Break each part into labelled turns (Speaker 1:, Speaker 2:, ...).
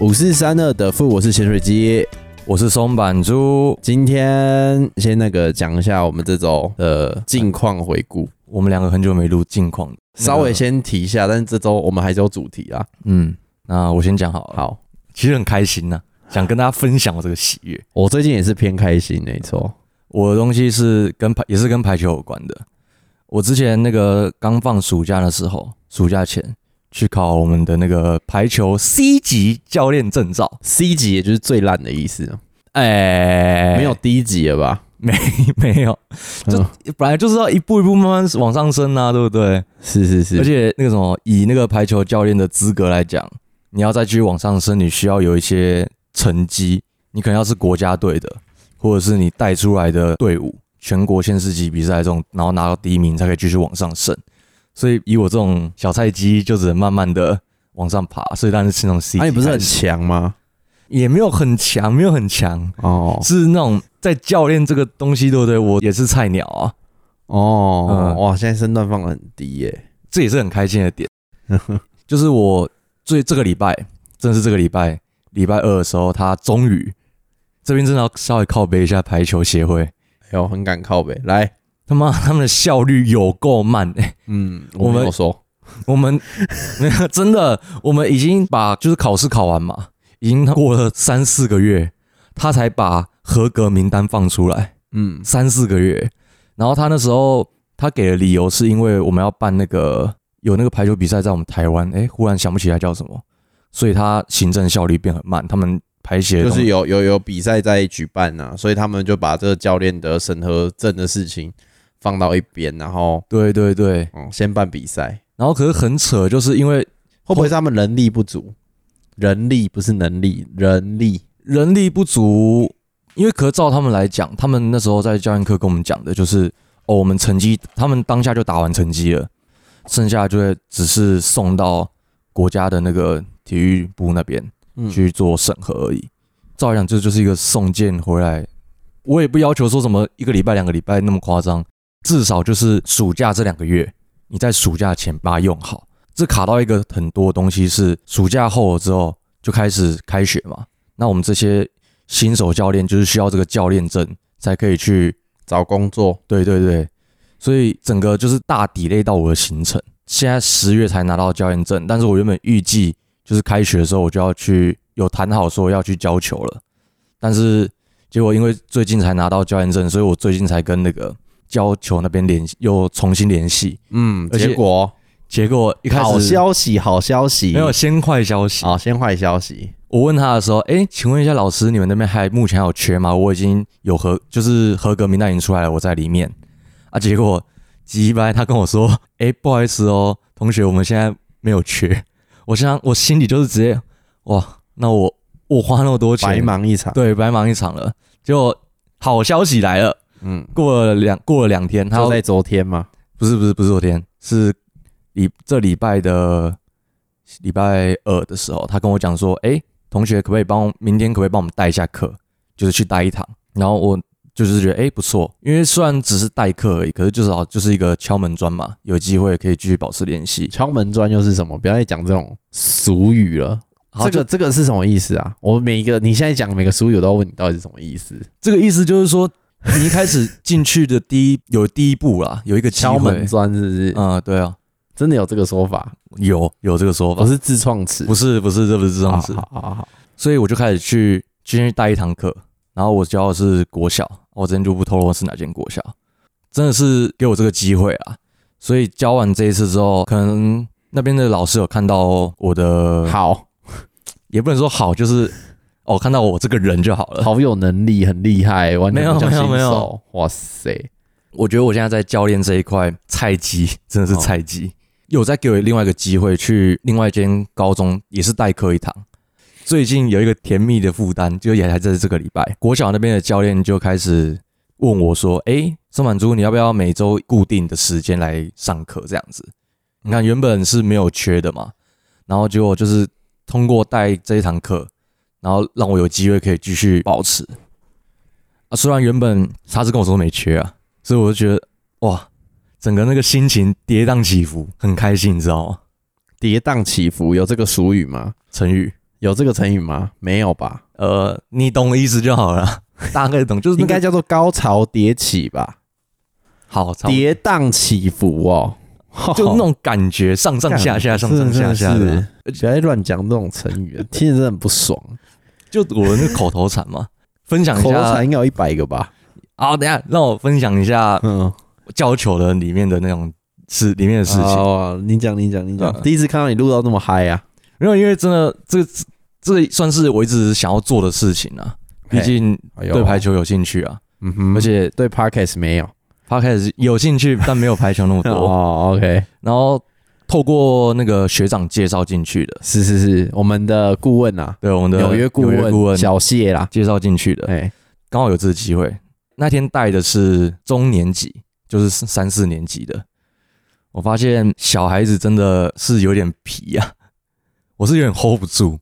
Speaker 1: 五四三二的富，我是潜水机。
Speaker 2: 我是松板猪，
Speaker 1: 今天先那个讲一下我们这周的近况回顾，
Speaker 2: 我们两个很久没录近况了，
Speaker 1: 稍微先提一下，但是这周我们还是有主题啊。
Speaker 2: 嗯，那我先讲好了。，
Speaker 1: 好，
Speaker 2: 其实很开心呐、想跟大家分享我这个喜悦。
Speaker 1: 我最近也是偏开心，没错。
Speaker 2: 我的东西是跟排，也是跟排球有关的。我之前那个刚放暑假的时候，暑假前去考我们的那个排球 C 级教练证照，
Speaker 1: C 级也就是最烂的意思，啊
Speaker 2: 哎、
Speaker 1: 没有低级了吧？
Speaker 2: 没 没有，就
Speaker 1: 嗯
Speaker 2: 本来就是要一步一步慢慢往上升啊，对不对？
Speaker 1: 是是是，
Speaker 2: 而且那个什么，以那个排球教练的资格来讲，你要再继续往上升，你需要有一些成绩，你可能要是国家队的，或者是你带出来的队伍，全国县市级比赛这种，然后拿到第一名才可以继续往上升。所以以我这种小菜鸡，就只能慢慢的往上爬。所以当然啊是从 C，
Speaker 1: 那、啊
Speaker 2: 级
Speaker 1: 你不是很
Speaker 2: 开始
Speaker 1: 强吗？
Speaker 2: 也没有很强，没有很强，
Speaker 1: 哦
Speaker 2: 是那种在教练这个东西，对不对？我也是菜鸟啊，
Speaker 1: 哦，
Speaker 2: 嗯
Speaker 1: 哇，现在身段放的很低耶、
Speaker 2: 这也是很开心的点。就是我最这个礼拜，真的是这个礼拜礼拜二的时候，他终于这边真的要稍微靠背一下排球协会，
Speaker 1: 哎呦，很敢靠北，来，
Speaker 2: 他妈他们的效率有够慢、 欸、
Speaker 1: 嗯，
Speaker 2: 我
Speaker 1: 我
Speaker 2: 们
Speaker 1: 没有说，
Speaker 2: 我们 真的我们已经把就是考试考完嘛，已经过了三四个月，他才把合格名单放出来，
Speaker 1: 嗯，
Speaker 2: 三四个月。然后他那时候他给的理由是因为我们要办那个有那个排球比赛在我们台湾，哎，忽然想不起来叫什么，所以他行政效率变很慢，他们排协的
Speaker 1: 就
Speaker 2: 东
Speaker 1: 是有有有比赛在举办呐、所以他们就把这个教练的审核证的事情放到一边，然后
Speaker 2: 对对对，
Speaker 1: 嗯，先办比赛，
Speaker 2: 然后可是很扯，就是因为
Speaker 1: 会不会是他们人力不足？人力不是能力，人力
Speaker 2: 人力不足，因为可是照他们来讲，他们那时候在教练课跟我们讲的就是，哦，我们成绩，他们当下就打完成绩了，剩下就会只是送到国家的那个体育部那边
Speaker 1: 嗯
Speaker 2: 去做审核而已。照理讲，这就是一个送件回来，我也不要求说什么一个礼拜、两个礼拜那么夸张，至少就是暑假这两个月，你在暑假前把它用好。这卡到一个很多东西是暑假后了之后就开始开学嘛，那我们这些新手教练就是需要这个教练证才可以去，
Speaker 1: 找工作，
Speaker 2: 对对对，所以整个就是大抵累到我的行程。现在十月才拿到教练证，但是我原本预计就是开学的时候我就要去，有谈好说要去教球了，但是结果因为最近才拿到教练证，所以我最近才跟那个教球那边联系，又重新联系。
Speaker 1: 嗯，
Speaker 2: 而且
Speaker 1: 结果
Speaker 2: 结果一开始
Speaker 1: 好消息，好消息，
Speaker 2: 没有先坏消息，
Speaker 1: 好，先坏消息，
Speaker 2: 我问他的时候，哎、请问一下老师，你们那边还目前还有缺吗？我已经有合，就是合格名单已经出来了，我在里面啊。结果急掰，他跟我说，哎、不好意思哦，同学，我们现在没有缺。我想，我心里就是直接，哇，那我我花那么多钱，
Speaker 1: 白忙一场，
Speaker 2: 对，白忙一场了。结果好消息来了，
Speaker 1: 嗯，
Speaker 2: 过了两过了两天，他
Speaker 1: 就在昨天嘛，
Speaker 2: 不是不是不是昨天，是礼这礼拜的礼拜二的时候，他跟我讲说，哎、同学可不可以帮我明天可不可以帮我们带一下课，就是去带一堂。然后我就是觉得，哎、不错，因为虽然只是代课而已，可是至少就是一个敲门砖嘛，有机会可以继续保持联系。
Speaker 1: 敲门砖又是什么？不要再讲这种俗语了。
Speaker 2: 好
Speaker 1: 这个这个是什么意思啊？我每一个你现在讲每个俗语，我都要问你到底是什么意思？
Speaker 2: 这个意思就是说，你一开始进去的第一有第一步啦，有一个机会
Speaker 1: 敲门，砖是不是？
Speaker 2: 嗯，对啊，
Speaker 1: 真的有这个说法？
Speaker 2: 有有这个说
Speaker 1: 我
Speaker 2: 法，
Speaker 1: 是自创词，
Speaker 2: 不是不是这不是这样子
Speaker 1: 好，好好好，
Speaker 2: 所以我就开始去今天去带一堂课，然后我教的是国小，我之前就不透露是哪间国小，真的是给我这个机会啊！所以教完这一次之后，可能那边的老师有看到我的，
Speaker 1: 好
Speaker 2: 也不能说好，就是哦看到我这个人就好了。
Speaker 1: 好有能力，很厉害，完全
Speaker 2: 没有
Speaker 1: 不像
Speaker 2: 没有
Speaker 1: 新
Speaker 2: 没有
Speaker 1: 手。哇塞，
Speaker 2: 我觉得我现在在教练这一块菜鸡 真的是菜鸡，有在给我另外一个机会去另外一间高中也是代课一堂。最近有一个甜蜜的负担，就也还在这个礼拜，国小那边的教练就开始问我说：“哎、宋满珠，你要不要每周固定的时间来上课？这样子，你看原本是没有缺的嘛，然后结果就是通过带这一堂课，然后让我有机会可以继续保持。啊，虽然原本他是跟我说没缺啊，所以我就觉得哇，整个那个心情跌宕起伏，很开心，你知道吗？
Speaker 1: 跌宕起伏，有这个俗语吗？
Speaker 2: 成语
Speaker 1: 有这个成语吗？没有吧？
Speaker 2: 呃，你懂我意思就好 了，大概懂，就是那
Speaker 1: 应
Speaker 2: 个
Speaker 1: 该叫做高潮迭起吧，
Speaker 2: 好，差不多
Speaker 1: 跌宕起伏哦，
Speaker 2: 就那种感觉，上上下下，上上下下
Speaker 1: 真的
Speaker 2: 的
Speaker 1: 是，不要再乱讲这种成语了，听着真的很不爽。
Speaker 2: 就我的那个口头禅嘛。分享一
Speaker 1: 口头禅
Speaker 2: 下，
Speaker 1: 应该有一百个吧？
Speaker 2: 好，等一下让我分享一下
Speaker 1: 嗯，
Speaker 2: 教球的里面的那种事，里面的事情。
Speaker 1: 好啊，你讲，你讲，你讲。
Speaker 2: 嗯
Speaker 1: 第一次看到你录到那么嗨啊！
Speaker 2: 没有，因为真的，这这算是我一直想要做的事情啊。
Speaker 1: 嘿
Speaker 2: 毕竟
Speaker 1: 哎呦
Speaker 2: 对排，球有兴趣啊，
Speaker 1: 嗯哼，
Speaker 2: 而且
Speaker 1: 对 podcast 没有。
Speaker 2: 他开始有兴趣，但没有排球那 么多。
Speaker 1: 哦，OK，
Speaker 2: 然后透过那个学长介绍进去的，
Speaker 1: 是是是，我们的顾问啊，
Speaker 2: 对我们的
Speaker 1: 纽约顾
Speaker 2: 纽
Speaker 1: 问，
Speaker 2: 顾问
Speaker 1: 小谢啦。
Speaker 2: 介绍进去的，
Speaker 1: 哎，
Speaker 2: 刚好有这个机会。那天带的是中年级，就是三四年级的。我发现小孩子真的是有点皮啊， 我是有点 hold 不住。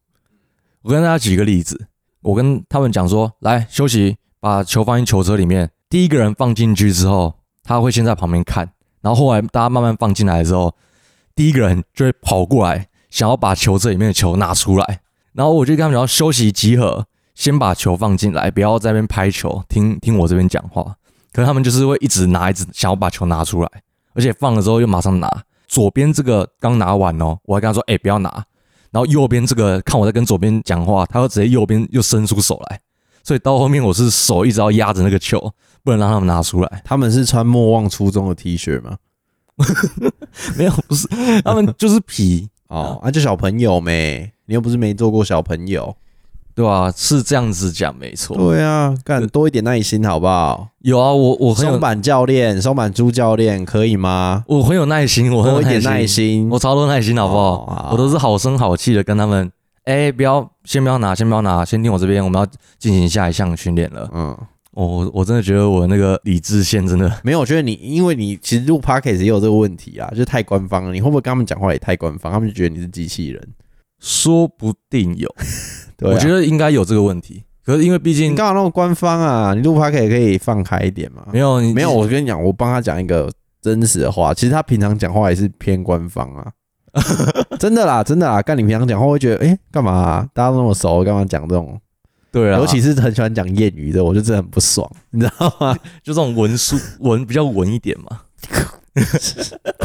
Speaker 2: 我跟大家举一个例子，我跟他们讲说，来休息，把球放进球车里面。第一个人放进去之后，他会先在旁边看，然后后来大家慢慢放进来之后，第一个人就会跑过来，想要把球车里面的球拿出来。然后我就跟他们讲，休息集合，先把球放进来，不要在那边拍球，听听我这边讲话。可是他们就是会一直拿，一直想要把球拿出来，而且放了之后又马上拿。左边这个刚拿完哦，我还跟他说：“哎、不要拿。”然后右边这个看我在跟左边讲话，他又直接右边又伸出手来，所以到后面我是手一直要压着那个球，不能让他们拿出来。
Speaker 1: 他们是穿莫忘初衷的 T 恤吗？
Speaker 2: 没有，不是，他们就是皮，
Speaker 1: 哦，啊，就小朋友没，你又不是没做过小朋友。
Speaker 2: 对吧、是这样子讲没错。
Speaker 1: 对啊，干多一点耐心好不好？
Speaker 2: 有啊，我我很
Speaker 1: 松
Speaker 2: 有
Speaker 1: 板教练、松板猪教练可以吗？
Speaker 2: 我很有耐心，我很
Speaker 1: 多
Speaker 2: 有
Speaker 1: 一点耐心，
Speaker 2: 我超多耐心，好不好？
Speaker 1: 哦好
Speaker 2: 我都是好声好气的跟他们，哎、不要，先不要拿，先不要拿，先听我这边，我们要进行下一项训练了。
Speaker 1: 嗯，
Speaker 2: 我哦我我真的觉得我那个理智线真的，
Speaker 1: 没有，我觉得你，因为你其实录 podcast 也有这个问题啊，就是太官方了。你会不会跟他们讲话也太官方？他们就觉得你是机器人。
Speaker 2: 说不定 有，
Speaker 1: 对啊、
Speaker 2: 我觉
Speaker 1: 得
Speaker 2: 得应该有这个问题。可是因为毕
Speaker 1: 你
Speaker 2: 竟
Speaker 1: 刚好那么官方啊，你录 podcast 可以放开一点嘛。
Speaker 2: 没有你
Speaker 1: 没有，我跟你讲，我帮他讲一个真实的话。其实他平常讲话也是偏官方 啊，真的啦，真的啦。干你平常讲话会觉得，哎、干嘛啊、大家都那么熟，干嘛讲这种？
Speaker 2: 对啊，
Speaker 1: 尤其是很喜欢讲谚语的，我就真的很不 爽，你知道吗？
Speaker 2: 就这种文 书文比较文一点嘛。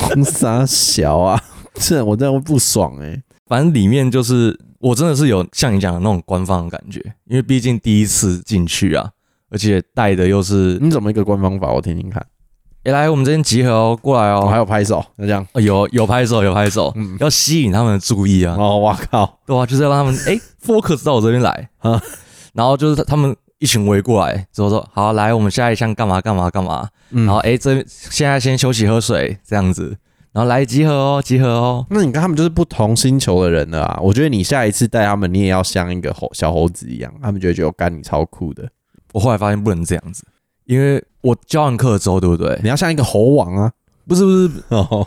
Speaker 1: 公傻小啊，这我真的会不爽哎、
Speaker 2: 反正里面就是我真的是有像你讲的那种官方的感觉，因为毕竟第一次进去啊，而且带的又是，
Speaker 1: 你怎么一个官方法？我听听看。
Speaker 2: 哎、来我们这边集合哦，过来
Speaker 1: 哦，
Speaker 2: 哦
Speaker 1: 还，有拍手，就这样。
Speaker 2: 哦有有拍手有拍手，
Speaker 1: 嗯，
Speaker 2: 要吸引他们的注意啊，
Speaker 1: 哦，哇靠，
Speaker 2: 对啊，就是要让 他们哎、focus 到我这边来
Speaker 1: 啊
Speaker 2: 啊，然后就是他们一群围过来之后说好来，我们下一项干嘛干嘛干嘛，
Speaker 1: 嗯
Speaker 2: 然后哎、这现在先休息喝水这样子，然后来集合哦集合哦，
Speaker 1: 那你看他们就是不同星球的人了啊！我觉得你下一次带他们，你也要像一个猴小猴子一样，他们就会觉得我哦干你超酷的。
Speaker 2: 我后来发现不能这样子，因为我教完课之后对不对？
Speaker 1: 你要像一个猴王啊！
Speaker 2: 不是不是
Speaker 1: 哦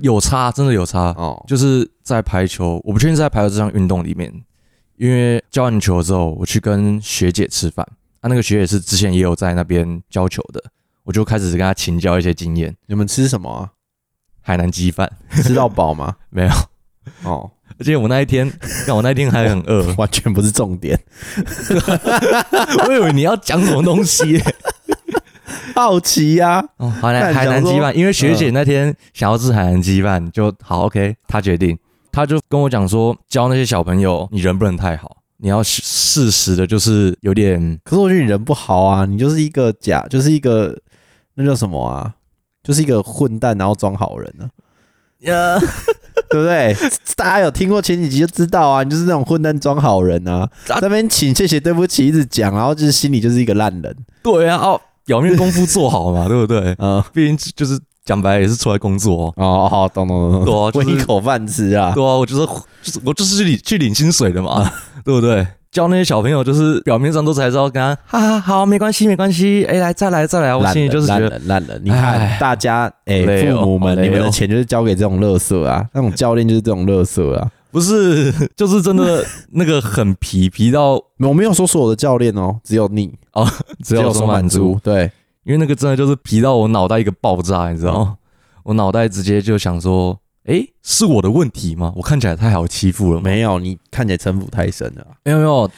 Speaker 2: 有差，真的有差，
Speaker 1: 哦，
Speaker 2: 就是在排球，我不确定是在排球这项运动里面，因为教完球之后，我去跟学姐吃饭，啊，那个学姐是之前也有在那边教球的，我就开始跟她请教一些经验，
Speaker 1: 你们吃什么啊？
Speaker 2: 海南鸡饭
Speaker 1: 吃到饱吗？
Speaker 2: 没有，
Speaker 1: 哦，，
Speaker 2: 而且我那一天， 看我那一天还很饿
Speaker 1: 完全不是重点。
Speaker 2: 我以为你要讲什么东西、
Speaker 1: 好奇呀、啊，
Speaker 2: 哦，海
Speaker 1: 那
Speaker 2: 南
Speaker 1: 你想
Speaker 2: 海南鸡
Speaker 1: 说
Speaker 2: 饭，因为学姐那天想要吃海南鸡饭，就好 OK，她决定，她就跟我讲说，教那些小朋友，你人不能太好，你要适适时的，就是 有点
Speaker 1: 可是我觉得你人不好啊，你就是一个假，就是一个那叫什么啊？就是一个混蛋，然后装好人啊呢、
Speaker 2: 呃，
Speaker 1: 啊，对不 对？大家有听过前几集就知道啊，你就是那种混蛋装好人啊，在
Speaker 2: 啊
Speaker 1: 那边请谢谢对不起一直讲，然后就是心里就是一个烂人，
Speaker 2: 对啊，哦，表面功夫做好嘛， 对不对？
Speaker 1: 嗯。
Speaker 2: 毕竟就是讲白了也是出来工作、哦，
Speaker 1: 哦，好，懂懂懂
Speaker 2: 对
Speaker 1: 懂，
Speaker 2: 啊就是
Speaker 1: 混一口饭吃啊。
Speaker 2: 对啊，我就是就是我就是去领去领薪水的嘛， 对不对？教那些小朋友就是表面上都是还是要跟他哈哈好，没关系没关系，哎、来再来再来，我
Speaker 1: 烂
Speaker 2: 心里
Speaker 1: 人，
Speaker 2: 就是觉
Speaker 1: 烂
Speaker 2: 得
Speaker 1: 人，烂人！你看
Speaker 2: 唉
Speaker 1: 大家，哎，
Speaker 2: 累哦
Speaker 1: 父母们，
Speaker 2: 好累
Speaker 1: 你们的
Speaker 2: 哦
Speaker 1: 钱就是交给这种乐色啊，那种教练就是这种乐色啊。
Speaker 2: 不是，就是真的那个很皮皮到
Speaker 1: 我没有说所有的教练哦，只有你，
Speaker 2: 只有
Speaker 1: 松
Speaker 2: 松
Speaker 1: 满
Speaker 2: 满足，，
Speaker 1: 对，
Speaker 2: 嗯因为那个真的就是皮到我脑袋一个爆炸，你知道吗？我脑袋直接就想说，诶，是我的问题吗？我看起来太好欺负了吗？
Speaker 1: 没有，你看起来城府太深了啊。
Speaker 2: 没有没有，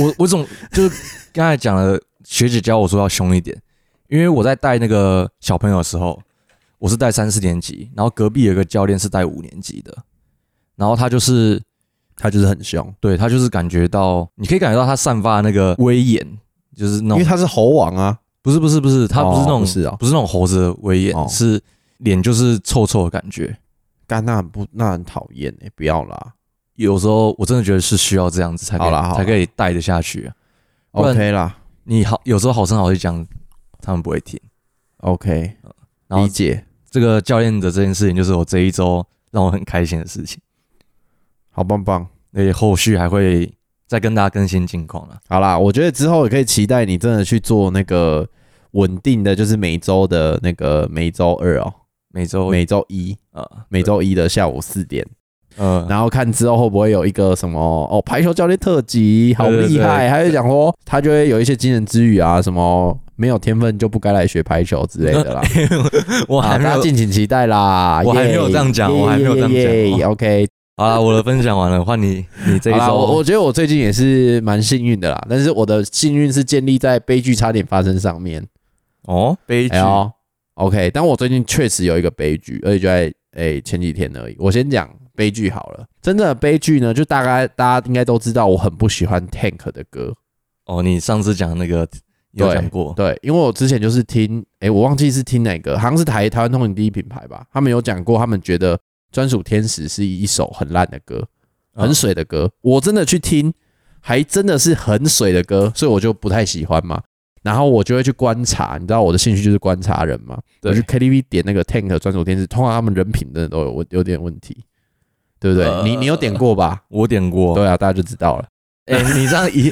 Speaker 2: 我我总就是刚才讲了，学姐教我说要凶一点，因为我在带那个小朋友的时候，我是带三四年级，然后隔壁有一个教练是带五年级的，然后他就是
Speaker 1: 他就是很凶，
Speaker 2: 对他就是感觉到，你可以感觉到他散发的那个威严，就是那
Speaker 1: 因为
Speaker 2: 种
Speaker 1: 他是猴王啊。
Speaker 2: 不是不是不是，他不是那
Speaker 1: 哦
Speaker 2: 种、
Speaker 1: 不是哦
Speaker 2: 不是那种猴子的威严，
Speaker 1: 哦
Speaker 2: 是脸就是臭臭的感觉。
Speaker 1: 干那很不那很讨厌哎，不要啦
Speaker 2: 有时候我真的觉得是需要这样子才可以
Speaker 1: 好啦好啦
Speaker 2: 才可以带得下去、啊。不然
Speaker 1: ，OK 啦
Speaker 2: 你好，有时候好声好气讲，他们不会听。
Speaker 1: ，OK，
Speaker 2: 然后
Speaker 1: 理解，
Speaker 2: 这个教练的这件事情，就是我这一周让我很开心的事情。
Speaker 1: 好棒棒。
Speaker 2: 那后续还会再跟大家更新近况啊。
Speaker 1: 好啦，我觉得之后也可以期待你真的去做那个稳定的，就是每周的那个每周二哦，
Speaker 2: 每周
Speaker 1: 每周一，
Speaker 2: 呃
Speaker 1: 每周一的下午四点，
Speaker 2: 呃，
Speaker 1: 然后看之后会不会有一个什么哦排球教练特辑，好
Speaker 2: 对对
Speaker 1: 厉
Speaker 2: 对
Speaker 1: 害，他就讲说他就会有一些惊人之语啊，什么没有天分就不该来学排球之类的啦。
Speaker 2: 我
Speaker 1: 好
Speaker 2: 还没
Speaker 1: 大家
Speaker 2: 有
Speaker 1: 敬请期待啦！
Speaker 2: 我还
Speaker 1: 耶
Speaker 2: 没有这样讲我还没有这样讲
Speaker 1: 耶耶耶 OK，
Speaker 2: 好啦，我的分享完了，换你你这一
Speaker 1: 好啦，我
Speaker 2: 周
Speaker 1: 我觉得我最近也是蛮幸运的啦，但是我的幸运是建立在悲剧差点发生上面。
Speaker 2: 哦悲剧
Speaker 1: 哎呦，OK，但我最近确实有一个悲剧，而且就在哎前几天而已。我先讲悲剧好了，真正的悲剧呢，就大概大家应该都知道，我很不喜欢 Tank 的歌。
Speaker 2: 哦，你上次讲那个有讲过
Speaker 1: 对，因为我之前就是听，诶，我忘记是听哪个，好像是台台湾通勤第一品牌吧，他们有讲过，他们觉得《专属天使》是一首很烂的歌，
Speaker 2: 嗯
Speaker 1: 很水的歌。我真的去听，还真的是很水的歌，所以我就不太喜欢嘛。然后我就会去观察，你知道我的兴趣就是观察人嘛。
Speaker 2: 对
Speaker 1: 我去 KTV 点那个 Tank 的专属天使，通常他们人品真的都有问有点问题，对不对？
Speaker 2: 呃
Speaker 1: 你你有点过吧？
Speaker 2: 我点过，
Speaker 1: 对啊，大家就知道了。
Speaker 2: 哎、你这样一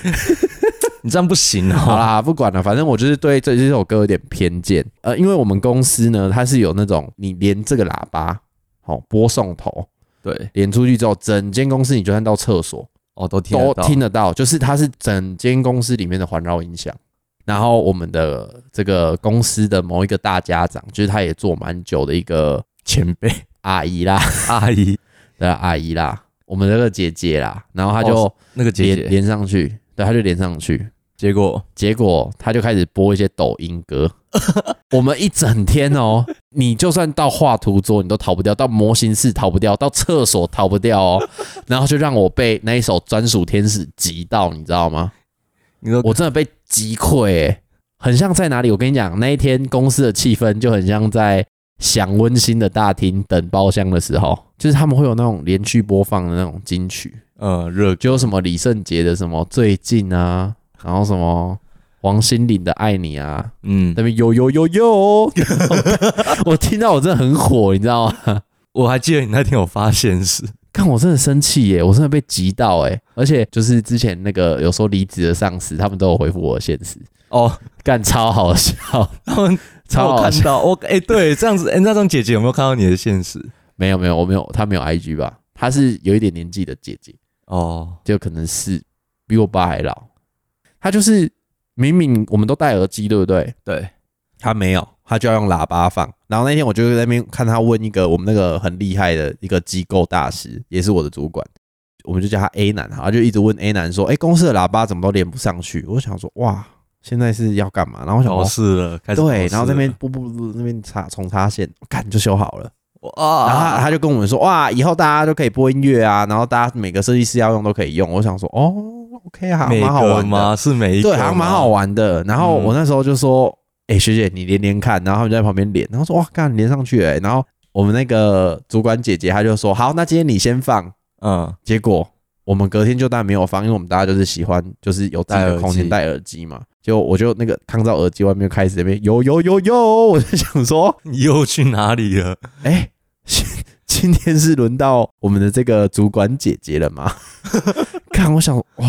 Speaker 2: 你这样不行哦，
Speaker 1: 好啦，不管了，反正我就是对这这首歌有点偏见。呃，因为我们公司呢，它是有那种你连这个喇叭，好、播送头
Speaker 2: 对
Speaker 1: 连出去之后，整间公司你就算到厕所
Speaker 2: 哦都听
Speaker 1: 都
Speaker 2: 得到
Speaker 1: 听得到，就是它是整间公司里面的环绕音响。然后我们的这个公司的某一个大家长，就是他也做蛮久的一个
Speaker 2: 前辈
Speaker 1: 阿姨啦，
Speaker 2: 阿姨
Speaker 1: 对啊阿姨啦，我们这个姐姐啦，然后她
Speaker 2: 哦
Speaker 1: 就
Speaker 2: 那个
Speaker 1: 连
Speaker 2: 姐姐，
Speaker 1: 连上去，对，她就连上去，
Speaker 2: 结果
Speaker 1: 结果他就开始播一些抖音歌。 我们一整天哦，你就算到画图桌，你都逃不掉；到模型室逃不掉；到厕所逃不掉哦。然后就让我被那一首《专属天使》急到，你知道吗？
Speaker 2: 你说
Speaker 1: 我真的被击溃、欸，很像在哪里？我跟你讲，那一天公司的气氛就很像在享温馨的大厅等包厢的时候，就是他们会有那种连续播放的那种金曲，
Speaker 2: 呃热
Speaker 1: 就有什么李圣杰的什么最近啊，然后什么王心凌的爱你啊，
Speaker 2: 嗯
Speaker 1: 那，边有有有有， 我听到我真的很火，你知道吗？
Speaker 2: 我还记得你那天有发现是
Speaker 1: 看我真的生气耶，我真的被急到哎，而且就是之前那个有说离职的上司，他们都有回复我的现实，
Speaker 2: 哦，
Speaker 1: 干超好笑，
Speaker 2: 他们
Speaker 1: 超
Speaker 2: 我
Speaker 1: 好
Speaker 2: 看
Speaker 1: 笑。
Speaker 2: 到我哎、对，这样子哎、那张姐姐有没有看到你的现实？
Speaker 1: 没有没有，我没有，她没有 IG 吧？她是有一点年纪的姐姐，
Speaker 2: 哦，
Speaker 1: 就可能是比我爸还老。她就是明明我们都戴耳机，对不对？
Speaker 2: 对，
Speaker 1: 他没有，他就要用喇叭放。然后那天我就在那边看他问一个我们那个很厉害的一个机构大师，也是我的主管，我们就叫他 A 男哈，他就一直问 A 男说：“哎、公司的喇叭怎么都连不上去？”我想说，哇，现在是要干嘛？然后我想
Speaker 2: 考
Speaker 1: 说，
Speaker 2: 试了，哦开始
Speaker 1: 对，
Speaker 2: 考试
Speaker 1: 然后这边
Speaker 2: 了
Speaker 1: 不不不那边插重插线，干就修好了。
Speaker 2: 哇，
Speaker 1: 然后他他就跟我们说，哇，以后大家都可以播音乐啊，然后大家每个设计师要用都可以用。我想说，哦，OK 啊，
Speaker 2: 每
Speaker 1: 蛮好
Speaker 2: 个
Speaker 1: 玩的。
Speaker 2: 吗？是每一个
Speaker 1: 对，好像蛮好
Speaker 2: 吗。
Speaker 1: 玩的。然后
Speaker 2: 嗯
Speaker 1: 我那时候就说：“哎、学姐，你连连看。”然后他们就在旁边连，然后说：“哇，干连上去哎、然后我们那个主管姐姐她就说：“好，那今天你先放。
Speaker 2: 嗯，”
Speaker 1: 结果我们隔天就当然没有放，因为我们大家就是喜欢就是有自己
Speaker 2: 戴耳
Speaker 1: 的
Speaker 2: 机
Speaker 1: 空间戴耳机嘛。就我就那个抗噪耳机外面就开始那边有有有有，我就想说，
Speaker 2: 你又去哪里了？
Speaker 1: 哎、今今天是轮到我们的这个主管姐姐了吗？ 看，我想哦